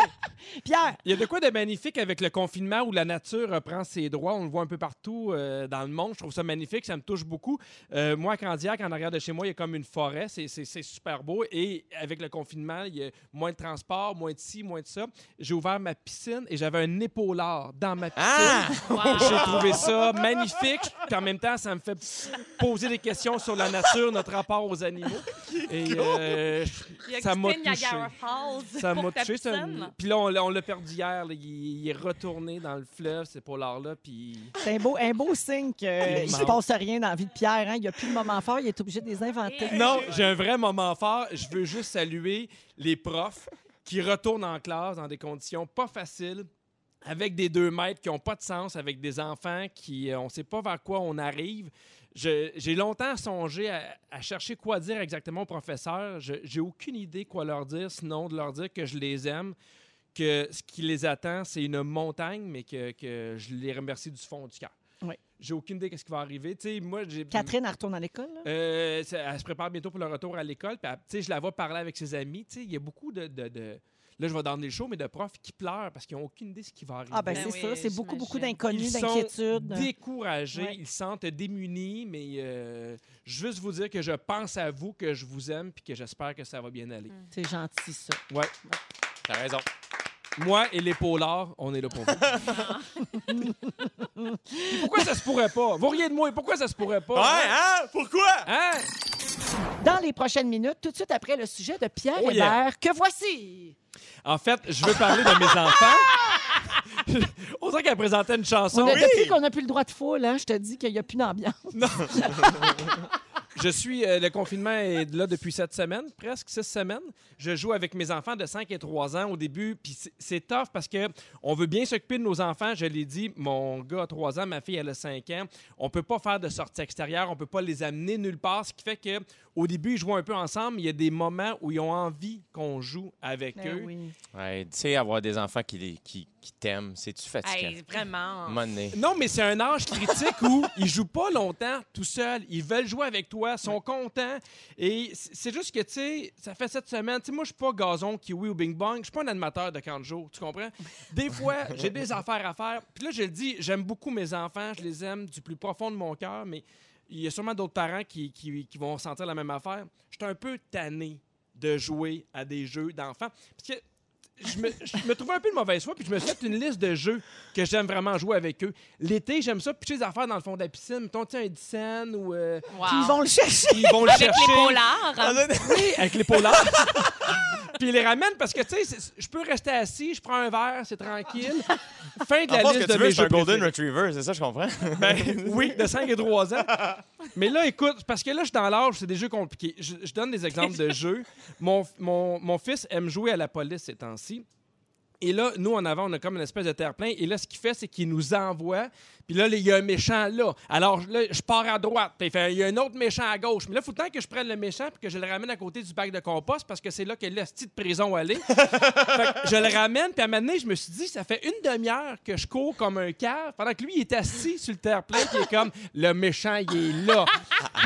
B: Pierre,
A: Il y a de quoi de magnifique avec le confinement où la nature reprend ses droits. On le voit un peu partout euh, dans le monde. Je trouve ça magnifique. Ça me touche beaucoup. Euh, moi, à Candiac, en arrière de chez moi, il y a comme une forêt. C'est, c'est- c'est super beau. Et avec le confinement, il y a moins de transport, moins de ci, moins de ça. J'ai ouvert ma piscine et j'avais un épaulard dans ma piscine.
C: Ah!
A: J'ai trouvé ça magnifique. Puis en même temps, ça me fait poser des questions sur la nature, notre rapport aux animaux. Et euh,
E: Il y a
A: ça m'a
E: Christine
A: touché.
E: Niagara Falls
A: Ça
E: pour
A: m'a
E: ta
A: touché. ça.
E: piscine.
A: Puis là, on, l'a- on l'a perdu hier. là. Il, il est retourné dans le fleuve, c'est pour l'art-là. Puis
B: c'est un beau, un beau signe qu'il ne se
A: manque.
B: passe rien dans la vie de Pierre. hein. Il n'y a plus de moment fort. Il est obligé de les inventer.
A: Non, j'ai un vrai moment fort. Je veux juste saluer les profs qui retournent en classe dans des conditions pas faciles, avec des deux mètres qui n'ont pas de sens, avec des enfants qui euh, on ne sait pas vers quoi on arrive. Je- J'ai longtemps songé à, à chercher quoi dire exactement aux professeurs. Je- J'ai aucune idée quoi leur dire, sinon de leur dire que je les aime, que ce qui les attend, c'est une montagne, mais que, que je les remercie du fond du cœur.
B: Oui.
A: J'ai aucune idée qu'est-ce qui va arriver. Tu sais, moi, j'ai...
B: Catherine, elle retourne à l'école. là?
A: Euh, ça- elle se prépare bientôt pour le retour à l'école. Puis, elle- tu sais, je la vois parler avec ses amis. Tu sais, il y a beaucoup de, de- de- Là, je vais dans les shows, mais de profs qui pleurent parce qu'ils n'ont aucune idée de ce qui va arriver.
B: Ah, ben,
E: Ben
B: c'est ça.
E: oui,
B: C'est beaucoup,
E: j'imagine.
B: beaucoup d'inconnus,
A: Ils sont
B: d'inquiétudes.
A: Découragés,
B: Ouais.
A: ils se sentent démunis, mais euh, je veux juste vous dire que je pense à vous, que je vous aime, puis que j'espère que ça va bien aller.
B: C'est gentil, ça.
A: Ouais.
C: T'as raison. Mm.
A: Moi et les polars, on est là pour vous. Puis pourquoi ça se pourrait pas? Vous riez de moi, et pourquoi ça se pourrait pas?
C: Ouais, hein? Pourquoi?
A: Hein?
B: Dans les prochaines minutes, tout de suite après le sujet de Pierre
A: Oh,
B: Hébert,
A: yeah.
B: que voici.
A: En fait, je veux parler de mes enfants. On dirait qu'elle présentait une chanson.
B: On a- Depuis qu'on n'a plus le droit de foule, hein, je te dis qu'il n'y a plus d'ambiance.
A: Je suis, euh, le confinement est là depuis sept semaines, presque six semaines. Je joue avec mes enfants de 5 et 3 ans au début, puis c'est- c'est tough parce que on veut bien s'occuper de nos enfants. Je l'ai dit, mon gars a 3 ans, ma fille elle a 5 ans. On peut pas faire de sortie extérieure, on peut pas les amener nulle part, ce qui fait que au début ils jouent un peu ensemble. Il y a des moments où ils ont envie qu'on joue avec
B: Ben
A: eux.
C: Ouais, tu sais, avoir des enfants qui, les- qui, qui t'aiment, c'est-tu fatigant?
E: Hey, vraiment.
C: Money.
A: Non, mais c'est un âge critique où ils jouent pas longtemps tout seuls. Ils veulent jouer avec toi. fois, sont contents. Et c- c'est juste que, tu sais, ça fait cette semaine. Tu sais, moi, je suis pas gazon, kiwi ou bing bang. Je suis pas un animateur de 40 jours, tu comprends? Des fois, j'ai des affaires à faire. Puis là, je le dis, j'aime beaucoup mes enfants. Je les aime du plus profond de mon cœur, mais il y a sûrement d'autres parents qui, qui, qui vont sentir la même affaire. Je suis un peu tanné de jouer à des jeux d'enfants. Parce que je me, je me trouvais un peu de mauvaise foi, puis je me suis fait une liste de jeux que j'aime vraiment jouer avec eux. L'été, j'aime ça, pitcher des affaires dans le fond de la piscine, mettons, tu sais, un 10 cents ou... euh,
E: Wow.
B: Puis ils vont le chercher.
A: ils vont le
E: Avec
A: chercher.
E: les polars.
A: Oui, avec les polars. Puis ils les ramènent parce que, tu sais, c'est- je peux rester assis, je prends un verre, c'est tranquille. Fin de
C: En
A: la
C: fait, ce
A: liste
C: que
A: de
C: tu
A: mes
C: veux, c'est
A: jeux
C: un Golden
A: préférés.
C: Retriever, c'est ça, je comprends?
A: Ben, oui, de 5 et 3 ans. Mais là, écoute, parce que là, je suis dans l'âge, c'est des jeux compliqués. Je, je donne des exemples de jeux. Mon, mon, mon fils aime jouer à la police ces temps-ci. Et là, nous, en avant, on a comme une espèce de terre-plein. Et là, ce qu'il fait, c'est qu'il nous envoie. Puis là, il y a un méchant là. Alors là, je pars à droite. Puis il fait, il y a un autre méchant à gauche. Mais là, il faut le temps que je prenne le méchant puis que je le ramène à côté du bac de compost parce que c'est là que l'hostie de prison allait. je le ramène, puis à un moment donné, je me suis dit, ça fait une demi-heure que je cours comme un cave, pendant que lui, il est assis sur le terre-plein, qui est comme, le méchant, il est là.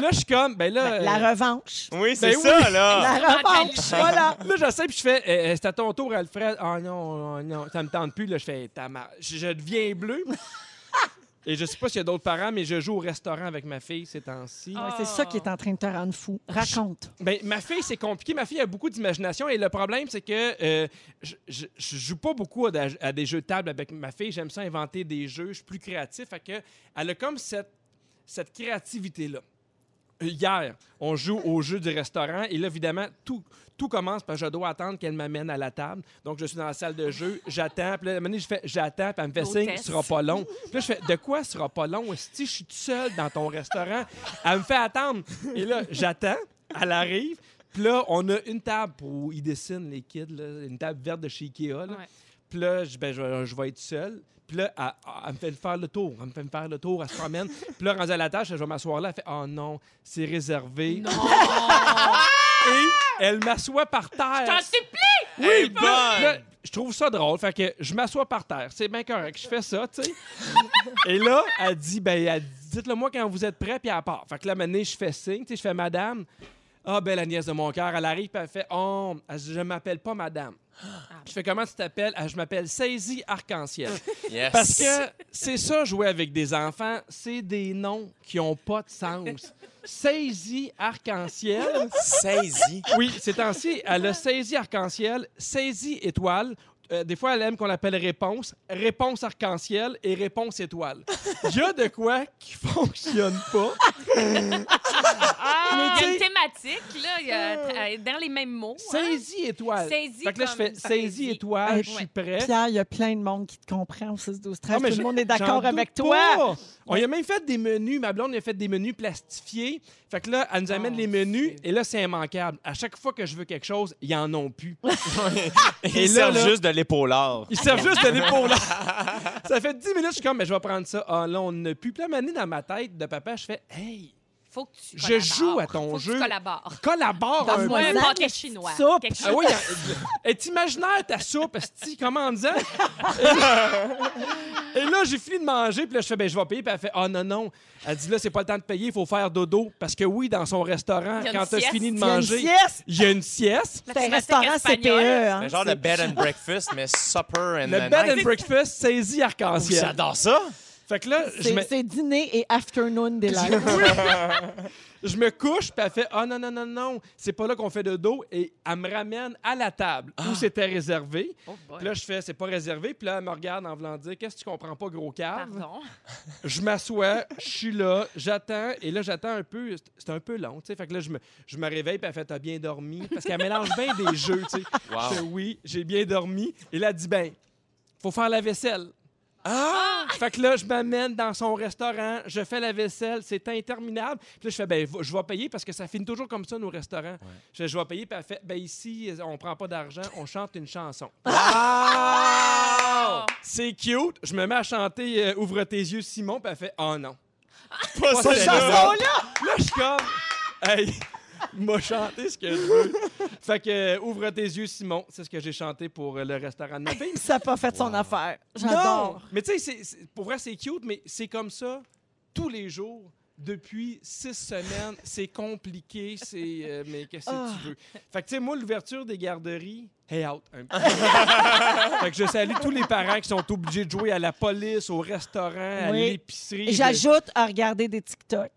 A: là, je suis comme, ben là... euh,
B: La revanche.
C: ben Oui, c'est
A: oui.
C: ça, là!
B: La revanche, voilà.
A: Là, j'essaie, puis je fais, Eh, eh, c'est à ton tour, Alfred. Ah non, ah non, ça me tente plus. Là, je fais, ta ma- je, je deviens bleu. Et je sais pas s'il y a d'autres parents, mais je joue au restaurant avec ma fille ces temps-ci.
E: Ah.
B: Ouais, c'est ça qui est en train de te rendre fou. Raconte.
A: Ben, ma fille, c'est compliqué. Ma fille a beaucoup d'imagination et le problème, c'est que euh, je, je, je joue pas beaucoup à, da- à des jeux de table avec ma fille. J'aime ça inventer des jeux. Je suis plus créatif. Fait que elle a comme cette, cette créativité-là. Hier, on joue au jeu du restaurant et là, évidemment, tout, tout commence parce que je dois attendre qu'elle m'amène à la table. Donc, je suis dans la salle de jeu, j'attends. Puis là, à un moment donné, je fais j'attends, puis elle me fait signe,
E: Hôtesse.
A: ce sera pas long. Puis là, je fais de quoi ce sera pas long? Si je suis tout seul dans ton restaurant, elle me fait attendre. Et là, j'attends, elle arrive. Puis là, on a une table où ils dessinent les kids, là, une table verte de chez Ikea. là.
E: Ouais.
A: Puis là, je, ben, je, vais- je vais être seul. Puis là, elle, elle me fait le faire le tour. Elle me fait me faire le tour. Elle se promène. Puis là, rendue à la tâche, je vais m'asseoir là. Elle fait « Oh non, c'est réservé. Et elle m'assoit par terre.
E: T'en supplie!
A: Oui, bon! je trouve ça drôle. Fait que je m'assois par terre. C'est bien correct. Je fais ça, tu sais. Et là, elle dit, ben, elle dit, dites-le moi quand vous êtes prêt, puis elle part. Fait que là, maintenant, je fais signe, tu sais, je fais madame. Ah, ben, la nièce de mon cœur, elle arrive, puis elle fait, oh, elle dit, je m'appelle pas madame. Je fais comment tu t'appelles? Elle, je m'appelle Saisie Arc-en-Ciel.
C: Yes.
A: Parce que c'est ça, jouer avec des enfants, c'est des noms qui ont pas de sens. Saisie Arc-en-Ciel,
C: Saisi.
A: oui, ces temps-ci, elle a saisi arc-en-ciel, saisi étoile. Euh, des fois, elle aime qu'on l'appelle réponse, réponse arc-en-ciel et réponse étoile. Il y a de quoi qui fonctionne pas.
E: Ah,
A: Mais
E: il y a
A: tu
E: une
A: sais-
E: thématique, là, il y a tra- euh, dans les mêmes mots. hein.
A: Saisi étoile.
E: Saisi
A: Fait que là, je
E: comme
A: fais saisi
E: saisi. Euh,
A: étoile,
B: Ouais.
A: je suis prêt.
B: Pierre, il y a plein de monde qui te comprend au 6 12
A: Ah,
B: 13
A: mais
B: Tout le
A: je-
B: monde est
A: j'en
B: d'accord
A: doute
B: avec toi.
A: pas. On y a même fait des menus. Ma blonde a fait des menus plastifiés. Fait que là, elle nous amène
E: Oh,
A: les menus et là, c'est immanquable. À chaque fois que je veux quelque chose, ils en ont plus.
C: Ils
A: Et là,
C: servent
A: là-
C: juste de l'épaulard.
A: Ils servent juste de l'épaule. ça fait 10 minutes, je suis comme, mais je vais prendre ça. Ah là, on n'a plus. Puis là, à un moment donné, dans ma tête de papa, je fais, hey,
E: Faut que tu
A: Je
E: collabores.
A: joue à ton
E: Faut
A: jeu.
E: Que tu collabores.
A: collabore un
E: Donne-moi
A: peu.
E: un
B: Donne-moi
E: pâté
B: la
E: chinois.
B: soupe.
E: quelque
A: Ah
E: chose.
A: oui, est imaginaire ta soupe, esti, comment en disant? Et là, j'ai fini de manger, puis là, je fais, ben, je vais payer. Puis elle fait, ah non, non. Elle dit, là, c'est pas le temps de payer, il faut faire dodo. Parce que oui, dans son restaurant,
E: Il y a une
A: quand t'as
E: sieste.
A: fini de
B: Il y a une
A: manger,
B: sieste.
A: il y a une sieste.
E: La
B: C'est un
E: thématique
B: restaurant CPE.
E: espagnole.
B: hein.
A: Ben,
C: C'est genre le bed and breakfast, mais supper and
A: Le
C: a
A: bed and
C: night.
A: breakfast saisi arc-en-ciel.
C: J'adore ça.
A: Fait que là, je
B: C'est
A: me-
B: c'est dîner et afternoon delight.
A: Je me couche, puis elle fait Ah non, non, non, non, c'est pas là qu'on fait de dos. Et elle me ramène à la table
B: Ah.
A: où c'était réservé.
E: Oh boy.
A: Puis là, je fais C'est pas réservé. Puis là, elle me regarde en voulant dire Qu'est-ce que tu comprends pas, gros cave
E: Pardon.
A: Je m'assois, je suis là, j'attends. Et là, j'attends un peu. C'est- C'est un peu long, tu sais. Fait que là, je me, je me réveille, puis elle fait T'as bien dormi. Parce qu'elle mélange bien des jeux, tu sais.
C: Wow.
A: Je fais Oui, j'ai bien dormi. Et là, elle dit Ben, faut faire la vaisselle. Ah! Fait que là, je m'amène dans son restaurant, je fais la vaisselle, c'est interminable. Puis là, je fais, ben, va- je vais payer parce que ça finit toujours comme ça, nos restaurants. Je, fais, je vais payer, puis elle fait, ben, ici, on prend pas d'argent, on chante une chanson.
C: Ah!
A: C'est cute. Je me mets à chanter euh, Ouvre tes yeux, Simon, puis elle fait, oh non.
C: Pas
A: Pas
C: celle-là.
A: celle-là. Là, je suis comme, hey, m'a chanté ce que je veux. Fait que, euh, Ouvre tes yeux, Simon, c'est ce que j'ai chanté pour euh, le restaurant de ma fille.
B: Ça n'a pas fait son affaire.
A: Non!
B: J'adore.
A: Mais tu sais, c'est- c'est- pour vrai, c'est cute, mais c'est comme ça tous les jours. depuis six semaines. C'est compliqué, c'est. euh, mais qu'est-ce que
B: Ah.
A: tu veux? Fait que, tu sais, moi, l'ouverture des garderies, hey out, un petit peu. fait que je salue tous les parents qui sont obligés de jouer à la police, au restaurant, à
B: Oui.
A: l'épicerie.
B: Et J'ajoute à regarder des TikTok.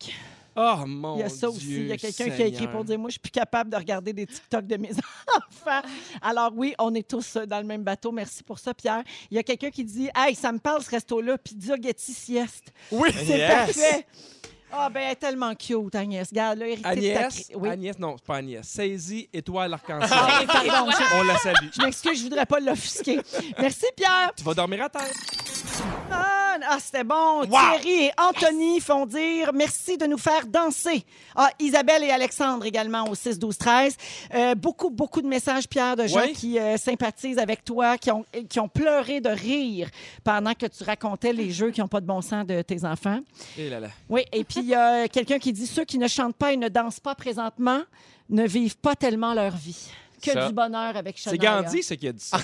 A: Oh mon
B: Il
A: Dieu.
B: y a ça aussi. Il y a quelqu'un qui a écrit
A: Seigneur.
B: pour dire Moi, je suis plus capable de regarder des TikTok de mes enfants. Alors, oui, on est tous euh, dans le même bateau. Merci pour ça, Pierre. Il y a quelqu'un qui dit Hey, ça me parle ce resto-là, pizza, Getty, sieste.
A: Oui,
B: C'est
C: Yes.
B: parfait. Ah, ben, elle est tellement cute, Agnès. Regarde, là, héritée de ta
A: Agnès,
B: cri- Oui.
A: Agnès, non, c'est pas Agnès. Saisie, étoile, arc-en-ciel.
B: Ah, pardon, je-
A: On la salue.
B: je m'excuse, je voudrais pas l'offusquer. Merci, Pierre.
A: Tu vas dormir à terre.
B: Ah, ah, c'était bon. Thierry et Anthony font dire merci de nous faire danser. Ah, Isabelle et Alexandre également au 6 12 13. Euh, beaucoup beaucoup de messages Pierre de gens
A: Ouais.
B: qui euh, sympathisent avec toi, qui ont qui ont pleuré de rire pendant que tu racontais les jeux qui ont pas de bon sens de tes enfants.
A: Et Eh là là.
B: Oui, et puis il y a quelqu'un qui dit ceux qui ne chantent pas et ne dansent pas présentement ne vivent pas tellement leur vie. Que
C: Ça.
B: du bonheur avec Shania.
A: C'est
B: hein.
A: Gandhi, ce qui a dit ça.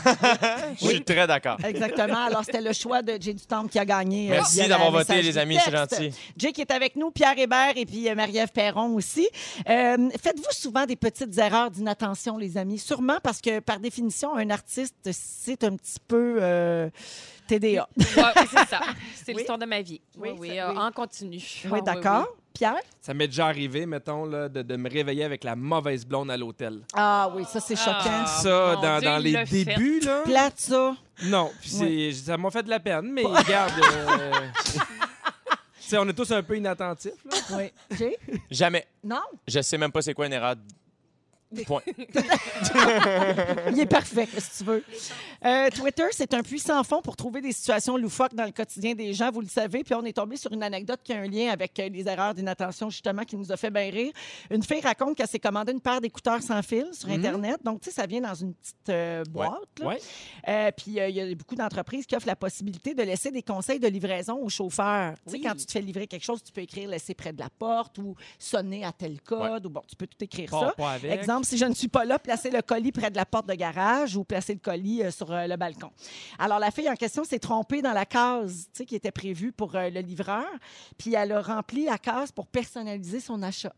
C: Je suis très d'accord.
B: Exactement. Alors, c'était le choix de Jay Dutombe qui a gagné. euh,
C: Merci
B: via le
C: d'avoir voté,
B: message
C: les
B: du
C: amis, c'est
B: texte.
C: gentil.
B: Jay qui est avec nous, Pierre Hébert et puis euh, Marie-Ève Perron aussi. Euh, Faites-vous souvent des petites erreurs d'inattention, les amis? Sûrement parce que, par définition, un artiste, c'est un petit peu euh, TDA.
E: Ouais, ouais, c'est ça. C'est
B: Oui.
E: l'histoire de ma vie.
B: Oui,
E: Oui, oui,
B: ça-
E: euh,
B: oui.
E: en continu. Ah,
B: oui, d'accord. Pierre?
A: Ça m'est déjà arrivé, mettons, là, de, de me réveiller avec la mauvaise blonde à l'hôtel.
B: Ah oui, ça, c'est choquant.
E: Ah.
A: ça,
E: mon
A: dans,
E: Dieu,
A: dans
E: il
A: les
E: l'a fait.
A: débuts, là.
B: Plate, ça.
A: Non, puis c'est- ça m'a fait de la peine, mais regarde. euh, tu sais, on est tous un peu inattentifs, là.
B: Oui. Jay?
C: Jamais.
B: Non?
C: Je sais même pas c'est quoi une erreur. d- Point.
B: Il est parfait, si tu veux. Euh, Twitter, c'est un puissant fond pour trouver des situations loufoques dans le quotidien des gens, vous le savez. Puis on est tombé sur une anecdote qui a un lien avec euh, les erreurs d'inattention, justement, qui nous a fait bien rire. Une fille raconte qu'elle s'est commandée une paire d'écouteurs sans fil sur Internet. Donc, tu sais, ça vient dans une petite euh, boîte. là.
A: Ouais.
B: Euh, puis euh, il y a beaucoup d'entreprises qui offrent la possibilité de laisser des conseils de livraison aux chauffeurs. Tu sais,
E: Oui.
B: quand tu te fais livrer quelque chose, tu peux écrire laisser près de la porte ou sonner à tel code ou bon, tu peux tout écrire
A: Pas,
B: ça.
A: pas avec.
B: Exemple, si je ne suis pas là, placez le colis près de la porte de garage ou placez le colis euh, sur euh, le balcon. Alors, la fille en question s'est trompée dans la case tu sais, qui était prévue pour euh, le livreur, puis elle a rempli la case pour personnaliser son achat.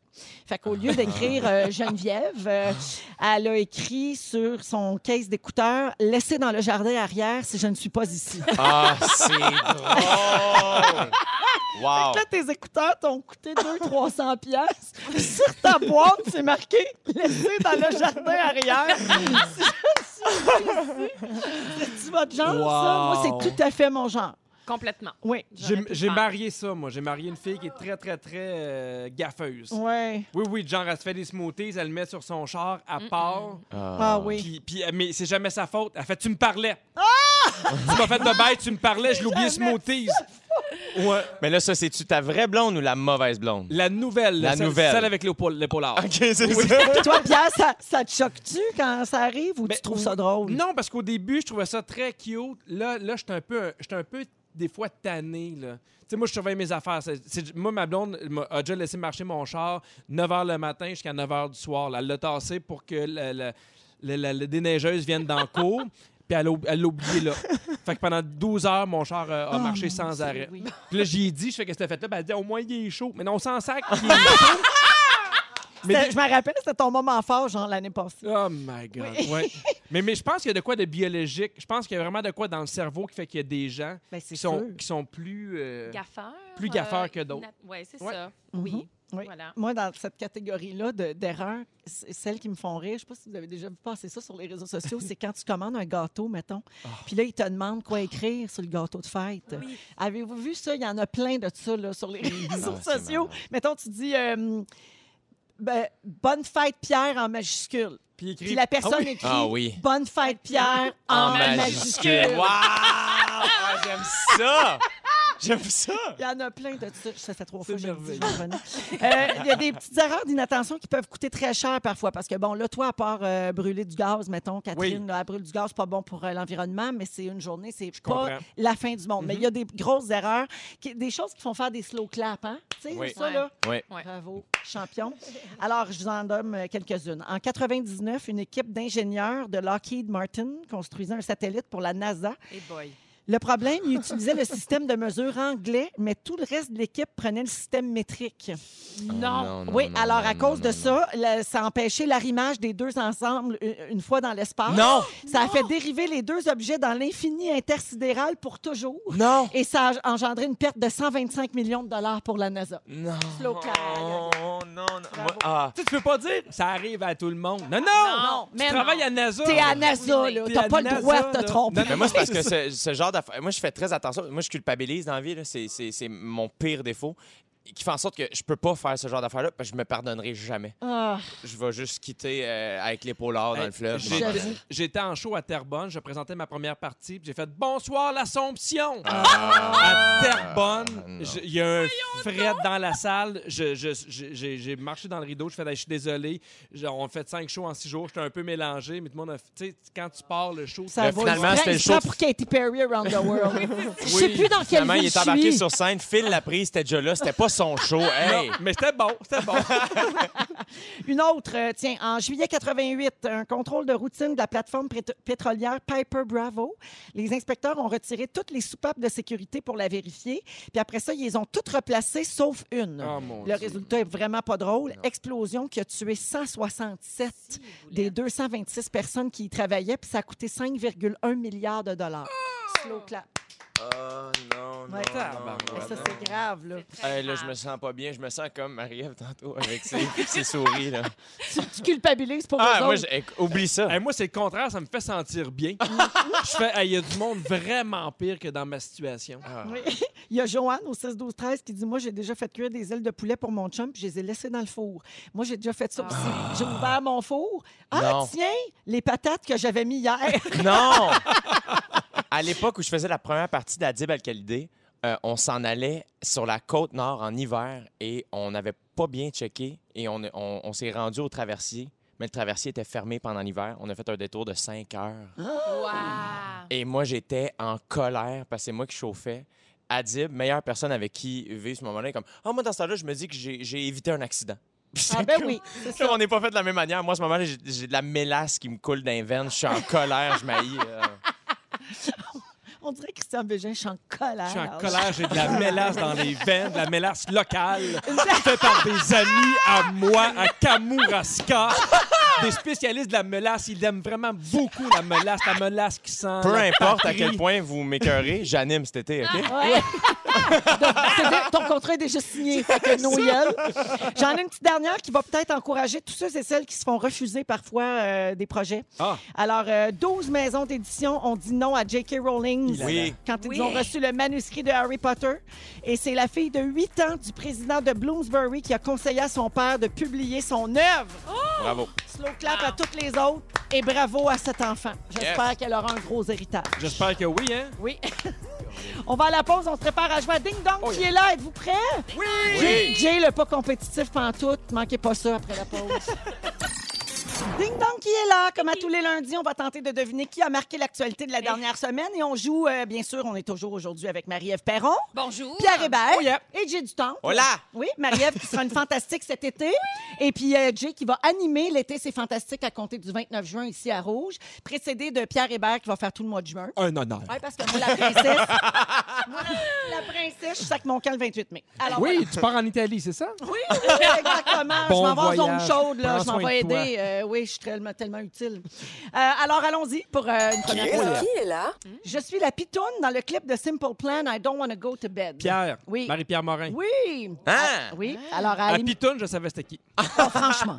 B: Fait qu'au lieu d'écrire euh, Geneviève, euh, elle a écrit sur son case d'écouteurs Laissez dans le jardin arrière si je ne suis pas ici.
C: Ah, c'est drôle! Wow!
A: Ah.
B: Là, tes écouteurs t'ont coûté 200-300 pièces. Sur ta boîte, c'est marqué « Laissez dans le jardin arrière ». Si je suis ici. C'est-tu votre genre, ça?
A: Wow.
B: Moi, c'est tout à fait mon genre.
E: Complètement.
B: Oui.
E: J'aurais
A: J'ai
E: pu le
A: j'ai
E: faire.
A: marié ça, moi. J'ai marié une fille qui est très, très, très euh, gaffeuse.
B: Oui.
A: Oui, oui, genre, elle se fait des smoothies, elle le met sur son char, à part.
B: Ah oui.
A: Puis, puis- mais c'est jamais sa faute. Elle fait Tu me parlais.
B: Ah!
A: tu m'as fait de bête, tu me parlais, je l'oubliais smoothies. Ouais.
C: Mais là, ça, c'est-tu ta vraie blonde ou la mauvaise blonde?
A: La nouvelle,
C: La
A: celle,
C: nouvelle.
A: celle avec les pol- les polars.
C: OK, c'est ça.
B: Toi, Pierre, ça, ça te choque-tu quand ça arrive ou
A: Ben,
B: tu trouves
A: oui.
B: ça drôle?
A: Non, parce qu'au début, je trouvais ça très cute. Là, là j'étais un peu, j'étais un peu des fois tanné. là. Tu sais, moi, je surveille mes affaires. C'est- c'est- moi, ma blonde m'a- a déjà laissé marcher mon char 9 h le matin jusqu'à 9 h du soir. là. Elle l'a tassé pour que la, la- la- la- la déneigeuse vienne dans le cours. Puis elle l'a ob- elle l'a oublié là. Fait que pendant 12 heures, mon char euh, a marché sans arrêt. Puis là, j'y ai dit, je fais qu'est-ce que t'as fait là? Ben, elle dit, au moins, il est chaud. Mais non, on s'en sac. qu'il est chaud. Mais
B: C'était- Je me rappelle, c'était ton moment fort, genre, l'année passée.
A: Oh my God, ouais. mais, mais je pense qu'il y a de quoi de biologique. Je pense qu'il y a vraiment de quoi dans le cerveau qui fait qu'il y a des gens
B: Ben, c'est
A: qui sont,
B: sûr.
A: qui sont plus... euh,
E: Gaffeur.
A: Plus gaffeur que d'autres.
E: Oui, c'est
A: Ouais.
E: ça.
B: Mhm.
E: Oui.
B: Oui.
E: Voilà.
B: Moi, dans cette catégorie-là de- d'erreurs, c- celles qui me font rire, je ne sais pas si vous avez déjà vu passer ça sur les réseaux sociaux, c'est quand tu commandes un gâteau, mettons,
C: Ah.
B: puis là, ils te demandent quoi écrire sur le gâteau de fête. Avez-vous vu ça? Il y en a plein de ça là, sur les réseaux
C: Ah, c'est
B: sociaux.
C: malade.
B: Mettons, tu dis euh, ben, Bonne fête, Pierre, en majuscule.
A: Puis écrit-
B: Puis la personne
A: Ah oui.
B: écrit
C: Ah oui.
B: Bonne fête, Pierre, en,
C: En
B: majuscule.
C: majuscule. Wow! Ah, j'aime ça! J'aime ça!
B: Il y en a plein de ça. Ça fait trois fois que je le dis,
A: merveilleux.
B: je revenais. Euh, Il y a des petites erreurs d'inattention qui peuvent coûter très cher parfois. Parce que, bon, là, toi, à part euh, brûler du gaz, mettons, Catherine,
A: Oui.
B: là, elle brûle du gaz, pas bon pour euh, l'environnement, mais c'est une journée, c'est pas
A: comprends. Mhm.
B: la fin du monde. Mais il y a des grosses erreurs, qui- des choses qui font faire des slow claps, hein? Tu sais,
C: Oui.
B: ça, là.
C: Oui.
E: Ouais.
B: Bravo, champion. Alors, je vous en donne euh, quelques-unes. En 99, une équipe d'ingénieurs de Lockheed Martin construisait un satellite pour la NASA.
E: Et boy.
B: Le problème, il utilisait le système de mesure anglais, mais tout le reste de l'équipe prenait le système métrique.
C: Non. non,
B: oui,
C: non,
B: alors
C: non,
B: à cause
C: non,
B: de
C: non,
B: ça, le- ça empêchait l'arrimage des deux ensemble u- une fois dans l'espace.
C: Non!
B: Ça a fait dériver les deux objets dans l'infini intersidéral pour toujours.
C: Non!
B: Et ça a engendré une perte de 125 millions de dollars pour la NASA.
C: Non!
B: Slow car, aïe, aïe,
C: Oh, Non, non. Moi, ah,
A: Tu sais, tu peux pas dire ça arrive à tout le monde. Non, non!
E: Non,
A: tu
E: mais
A: travailles
E: non.
A: à NASA.
B: T'es à NASA, là.
A: T'es à
B: T'as pas le
A: NASA,
B: droit de
A: là.
B: te tromper.
A: Non, non,
C: Mais moi, c'est parce que ce, ce genre d'affaires. Moi, je fais très attention. Moi, je culpabilise dans la vie. là. C'est- C'est c'est mon pire défaut qui fait en sorte que je peux pas faire ce genre d'affaires-là parce que je me pardonnerai jamais.
B: Ah,
C: Je vais juste quitter euh, avec les polars dans
A: Hey,
C: le fleuve.
A: j'ai-
B: J'avoue.
A: j'ai- J'étais en show à Terrebonne, je présentais ma première partie, puis j'ai fait Bonsoir l'Assomption! à Terrebonne,
C: Ah. non.
A: je- il y a un fret dans la salle. je- je- je- J'ai j'ai marché dans le rideau, je fais Hey, Je suis désolé, Je- on a fait cinq shows en six jours, j'étais un peu mélangé, mais tout le monde a. Tu sais, quand tu pars le show,
B: ça
C: Mais
B: va.
C: finalement,
B: il se prend,
C: c'était
B: il
C: le
B: se prend
C: show-
B: pour Katy Perry around the world. Je sais
A: Oui,
B: plus dans quelle
C: Finalement,
B: ville
C: il est
B: je
C: embarqué
B: suis.
C: sur scène, Phil l'a pris, c'était déjà là, c'était pas son show. Hey!
A: Non, mais c'était bon, c'était bon.
B: Une autre, euh, tiens, en juillet 88, un contrôle de routine de la plateforme prét- pétrolière Piper Bravo. Les inspecteurs ont retiré toutes les soupapes de sécurité pour la vérifier. Puis après ça, ils les ont toutes replacées, sauf une.
C: Ah,
A: Oh, mon
B: Le
A: Dieu.
B: résultat est vraiment pas drôle. Explosion qui a tué 167 des 226 personnes qui y travaillaient, puis ça a coûté 5,1 milliards de dollars. Slow clap.
C: Oh non,
B: Ouais. Mais ça, c'est grave, là.
A: Eh,
C: Hey,
E: Ah.
C: là, je me sens pas bien. Je me sens comme Marie-Ève tantôt avec ses, ses souris. Là.
B: Tu, tu culpabilises pour
C: Ah,
B: eux
C: moi,
B: autres.
C: j'ai- oublie ça.
A: Hey, moi, c'est le contraire, ça me fait sentir bien. je fais, Hey, il y a du monde vraiment pire que dans ma situation.
C: Ah.
B: Oui. Il y a Joanne au 6 12 13 qui dit moi j'ai déjà fait cuire des ailes de poulet pour mon chum puis je les ai laissées dans le four. Moi j'ai déjà fait ça aussi.
A: Ah.
B: J'ai ouvert mon four. Ah
C: Non.
B: tiens, les patates que j'avais mis hier.
C: Non! à l'époque où je faisais la première partie d'Adib Al-Khalidé, euh, on s'en allait sur la côte nord en hiver et on n'avait pas bien checké et on, on- on s'est rendu au traversier. Mais le traversier était fermé pendant l'hiver. On a fait un détour de 5 heures.
B: Ah.
E: Wow.
C: Et moi, j'étais en colère parce que c'est moi qui chauffais. Adib, meilleure personne avec qui vivre ce moment-là, est comme Ah, moi, dans ce temps-là, je me dis que j'ai j'ai évité un accident.
B: ah ben oui.
C: Comme on n'est pas fait de la même manière. Moi, à ce moment-là, j'ai- j'ai de la mélasse qui me coule d'un veine. Je suis en colère, je m'haïs. euh.
B: On dirait Christian Bégin, je suis en colère. Ah,
A: Je suis en colère, j'ai de la mélasse dans les veines, de la mélasse locale, faite par des amis à moi, à Kamouraska, des spécialistes de la mélasse. Ils aiment vraiment beaucoup la mélasse, la mélasse qui sent.
C: Peu
A: la
C: importe à
A: patrie.
C: quel point vous m'écœurez, j'anime cet été, OK?
B: Ouais. Donc, c'est- ton contrat est déjà signé, fait que no yell. J'en ai une petite dernière qui va peut-être encourager tous ceux et celles qui se font refuser parfois euh, des projets.
A: Ah.
B: Alors, euh, 12 maisons d'édition ont dit non à J.K. Rowling
C: Oui.
B: quand ils
E: Oui.
B: ont reçu le manuscrit de Harry Potter. Et c'est la fille de 8 ans du président de Bloomsbury qui a conseillé à son père de publier son œuvre.
C: Bravo.
B: Slow clap à toutes les autres et bravo à cet enfant. J'espère
C: Yes.
B: qu'elle aura un gros héritage.
A: J'espère que oui, hein?
B: Oui. On va à la pause, on se prépare à jouer à Ding Dong qui est là. Êtes-vous prêts? Oui! Jay, Jay, le pas compétitif pantoute. Manquez pas ça après la pause. Ding Dong qui est là. Comme à tous les lundis, on va tenter de deviner qui a marqué l'actualité de la dernière semaine. Et on joue, euh, bien sûr, on est toujours aujourd'hui avec Marie-Ève Perron,
E: Bonjour.
B: Pierre Hébert et Jay Dutemps.
C: Hola!
B: Oui, Marie-Ève qui sera une fantastique cet été. Et puis euh, Jay qui va animer l'été, c'est fantastique à compter du 29 juin ici à Rouge, précédé de Pierre Hébert qui va faire tout le mois de juin.
A: Un honneur.
B: Oui, parce que moi, la princesse, moi, la princesse, je sac mon camp le 28 mai. Alors,
A: Oui, tu pars en Italie, c'est ça?
B: voilà. Oui, exactement.
A: Bon
B: je m'en vais en zone
A: voyage.
B: chaude, là.
A: Prends
B: Je m'en
A: soin
B: vais
A: de toi.
B: aider. Euh, oui, je suis tellement, tellement utile. Euh, alors, allons-y pour euh, une première
F: Qui est là?
B: question. Je suis la pitoune dans le clip de Simple Plan, I Don't Wanna Go to Bed.
A: Pierre.
B: Oui.
A: Marie-Pierre Morin.
B: Oui.
C: Hein?
B: Oui. Alors, à
A: À
B: l'émi-
A: Pitoune, je savais c'était qui.
B: Oh, franchement.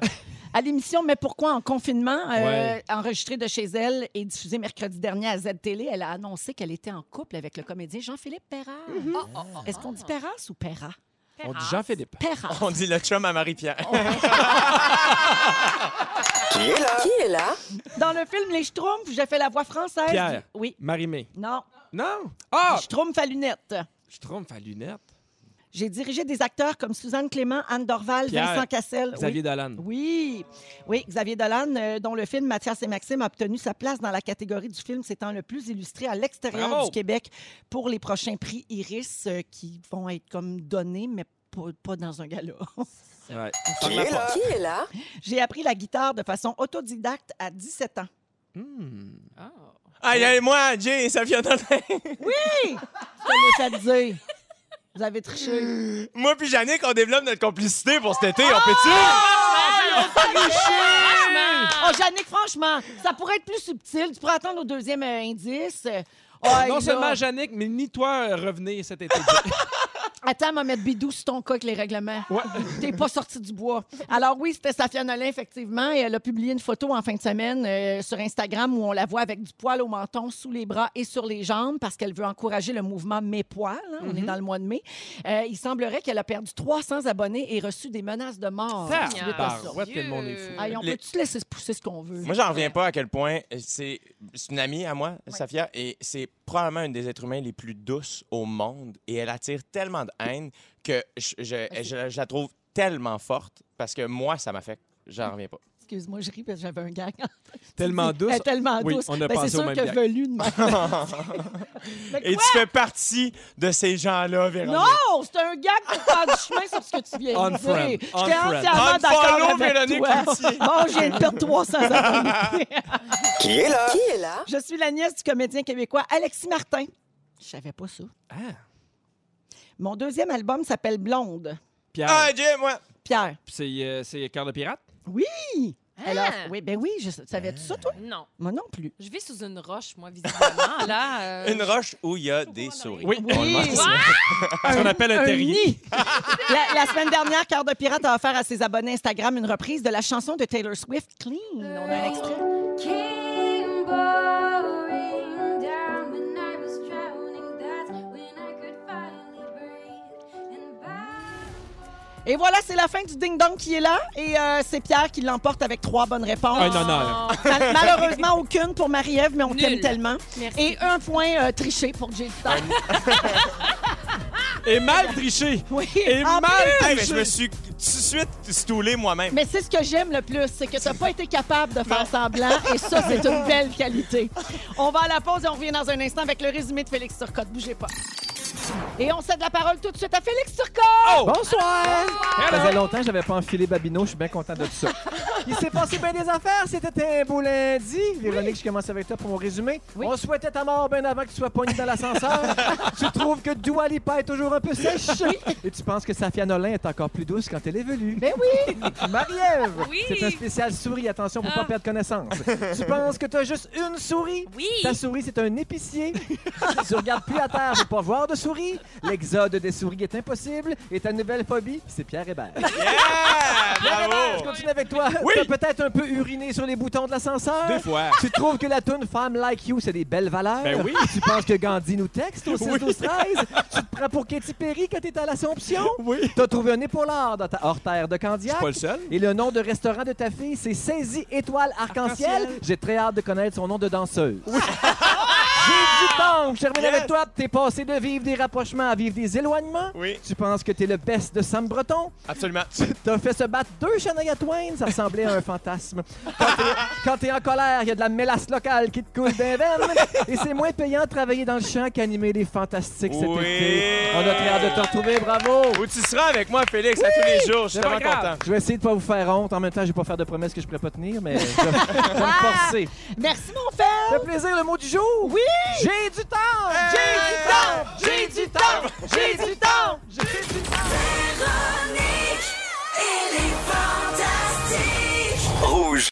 B: À l'émission Mais pourquoi en confinement, euh,
A: Ouais.
B: enregistrée de chez elle et diffusée mercredi dernier à Z-Télé, elle a annoncé qu'elle était en couple avec le comédien Jean-Philippe Oh, Perras. Mm-hmm. Est-ce qu'on dit Perras ou Perras?
A: On dit Jean-Philippe.
B: Perras.
C: On dit le chum à Marie-Pierre.
F: Qui est là?
B: Dans le film Les Schtroumpfs, j'ai fait la voix française.
A: Pierre.
B: du- Oui.
A: Marie-Mé.
B: Non.
A: Non? Ah!
B: Schtroumpf à lunettes.
A: Je trompe à lunettes.
B: J'ai dirigé des acteurs comme Suzanne Clément, Anne Dorval,
A: Pierre.
B: Vincent Cassel. Oui.
A: Xavier Dolan.
B: Oui, oui, Xavier Dolan, euh, dont le film Mathias et Maxime a obtenu sa place dans la catégorie du film s'étant le plus illustré à l'extérieur
A: Bravo.
B: du Québec pour les prochains prix Iris euh, qui vont être comme donnés, mais pas, pas dans un gala.
A: Ouais.
F: Qui est là?
B: J'ai appris la guitare de façon autodidacte à 17 ans.
A: Hmm.
E: Oh.
C: Aïe, aïe, moi, Jay, ça vient
B: Je te l'ai fait dire. Vous avez triché.
C: Moi puis Yannick, on développe notre complicité pour cet été, on peut-tu?
B: Oh, Jannick, franchement, ça pourrait être plus subtil. Tu pourrais attendre au deuxième euh, indice. Euh, aïe, là.
A: non seulement Yannick, mais ni toi euh, revenez cet été.
B: Attends, m'a mettre bidou sur ton cas avec les règlements.
A: Ouais.
B: T'es pas sorti du bois. Alors oui, c'était Safia Nolin, effectivement, et elle a publié une photo en fin de semaine euh, sur Instagram où on la voit avec du poil au menton, sous les bras et sur les jambes parce qu'elle veut encourager le mouvement Mes poils. hein.
A: Mhm.
B: On est dans le mois de mai. Euh, il semblerait qu'elle a perdu 300 abonnés et reçu des menaces de mort.
E: Ah,
A: Ça,
B: suite à
A: par-
B: ça.
A: Ah, ouais, quel monde est fou.
B: Aïe, on
C: Les-
B: peut-tu se laisser se pousser ce qu'on veut?
C: Moi, j'en reviens pas à quel point c'est c'est une amie à moi, Safia, et c'est probablement une des êtres humains les plus douces au monde. Et elle attire tellement de haine que je, je- je- je la trouve tellement forte parce que moi, ça m'affecte. J'en reviens pas.
B: Excuse-moi, je ris parce que j'avais un gag.
A: Tellement douce.
B: Elle est tellement
A: Oui,
B: douce.
A: on a
B: Ben,
A: pensé
B: c'est
A: au
B: sûr
A: même
B: que
A: gag.
B: velu de même.
C: Et tu fais partie de ces gens-là, Véronique.
B: Non, c'est un gag pour faire du chemin sur ce que tu viens de
A: Unfriend.
B: dire. J'étais
A: Unfriend.
B: entièrement
C: Unfollow
B: d'accord avec
C: Véronique
B: toi.
C: Cloutier.
B: Bon, j'ai une perte 300 abonnés.
F: Qui est là? Qui est là?
B: Je suis la nièce du comédien québécois Alexis Martin. Je savais pas ça.
A: Ah,
B: Mon deuxième album s'appelle Blonde.
A: Pierre,
C: Ah, Jay, moi!
B: Pierre.
A: c'est euh, c'est Cœur de pirate?
B: Elle offre- Oui, ben oui, je savais tout ça, toi?
E: Non.
B: Moi non plus.
E: Je vis sous une roche, moi, visiblement. Là, euh,
C: Une roche où il y a des souris.
A: Oui.
B: Oui.
C: On le mange.
A: Ce qu'on appelle un terrier.
B: nid. la, la semaine dernière, Cœur de Pirate a offert à ses abonnés Instagram une reprise de la chanson de Taylor Swift, Clean. On a
G: Euh.
B: un extrait.
G: Came pouring down when I was drowning. That's when I could finally breathe. And by
B: Et voilà, c'est la fin du ding-dong qui est là. Et euh, c'est Pierre qui l'emporte avec trois bonnes réponses.
A: Un honneur.
B: Mal- Malheureusement, aucune pour Marie-Ève, mais on
E: Nul.
B: t'aime tellement.
E: Merci.
B: Et un point euh, triché pour Jay Star.
A: Ah, Et mal triché.
B: Oui,
A: Et
B: en
A: mal
B: plus.
C: Hey, mais je me suis tout de suite stoulé moi-même.
B: Mais c'est ce que j'aime le plus, c'est que tu n'as pas été capable de faire semblant. Et ça, c'est une belle qualité. On va à la pause et on revient dans un instant avec le résumé de Félix Turcotte. Bougez pas. Et on cède la parole tout de suite à Félix Turcotte.
H: Bonsoir! Ça faisait longtemps que j'avais pas enfilé Babino, je suis bien content de ça. Il s'est passé bien des affaires, c'était un beau lundi. Véronique, je commence avec toi pour mon résumé.
B: Oui.
H: On souhaitait ta mort bien avant que tu sois pogné dans l'ascenseur. tu trouves que Dua Lipa est toujours un peu sèche. Et tu penses que Safia Nolin est encore plus douce quand elle est velue. Mais oui! Marie-Ève,
E: Oui.
H: c'est un spécial souris, attention pour
E: Ah.
H: pas perdre connaissance. tu penses que tu as juste une souris?
E: Oui.
H: Ta souris, c'est un épicier. tu regardes plus à terre pour pas voir de souris. L'exode des souris est impossible. Et ta nouvelle phobie, c'est Pierre Hébert.
C: Yeah!
H: Je
C: Bravo!
H: continue avec toi.
C: Oui.
H: T'as peut-être un peu uriné sur les boutons de l'ascenseur.
A: Des fois.
H: Tu trouves que la tune Femme Like You, c'est des belles valeurs?
A: Ben oui.
H: Tu penses que Gandhi nous texte au 6
A: Oui.
H: 12 13 Tu te prends pour Katy Perry quand t'es à l'Assomption?
A: Oui.
H: T'as trouvé un épaulard dans ta hors-terre de
A: Je
H: Candiac?
A: suis pas le seul.
H: Et le nom de restaurant de ta fille, c'est Saisie Étoile Arc-en-Ciel.
A: Arc-en-Ciel.
H: J'ai très hâte de connaître son nom de danseuse. J'ai du temps. Je termine
C: Yes.
H: avec toi. T'es passé de vivre des rapprochements à vivre des éloignements.
C: Oui,
H: Tu penses que t'es le best de Sam Breton?
C: absolument.
H: T'as fait se battre deux Shania Twain, ça ressemblait à un fantasme. Quand t'es- Quand t'es en colère, il y a de la mélasse locale qui te coule des veines. Et c'est moins payant de travailler dans le champ qu'animer les fantastiques cet
C: Oui.
H: été. On a très hâte de te retrouver, bravo!
C: Où tu seras avec moi, Félix, à tous les jours. Je suis
A: C'est pas
C: tellement
A: grave.
C: content.
H: Je vais essayer de pas vous faire honte. En même temps, je vais pas faire de promesses que je pourrais pas tenir, mais je vais- je vais me forcer.
B: Ah! Merci, mon frère.
H: Ça fait plaisir, le mot du jour!
B: Oui.
H: J'ai du temps! J'ai du temps! J'ai du temps! J'ai du temps! J'ai du temps!
F: Véronique, elle est fantastique. Rouge.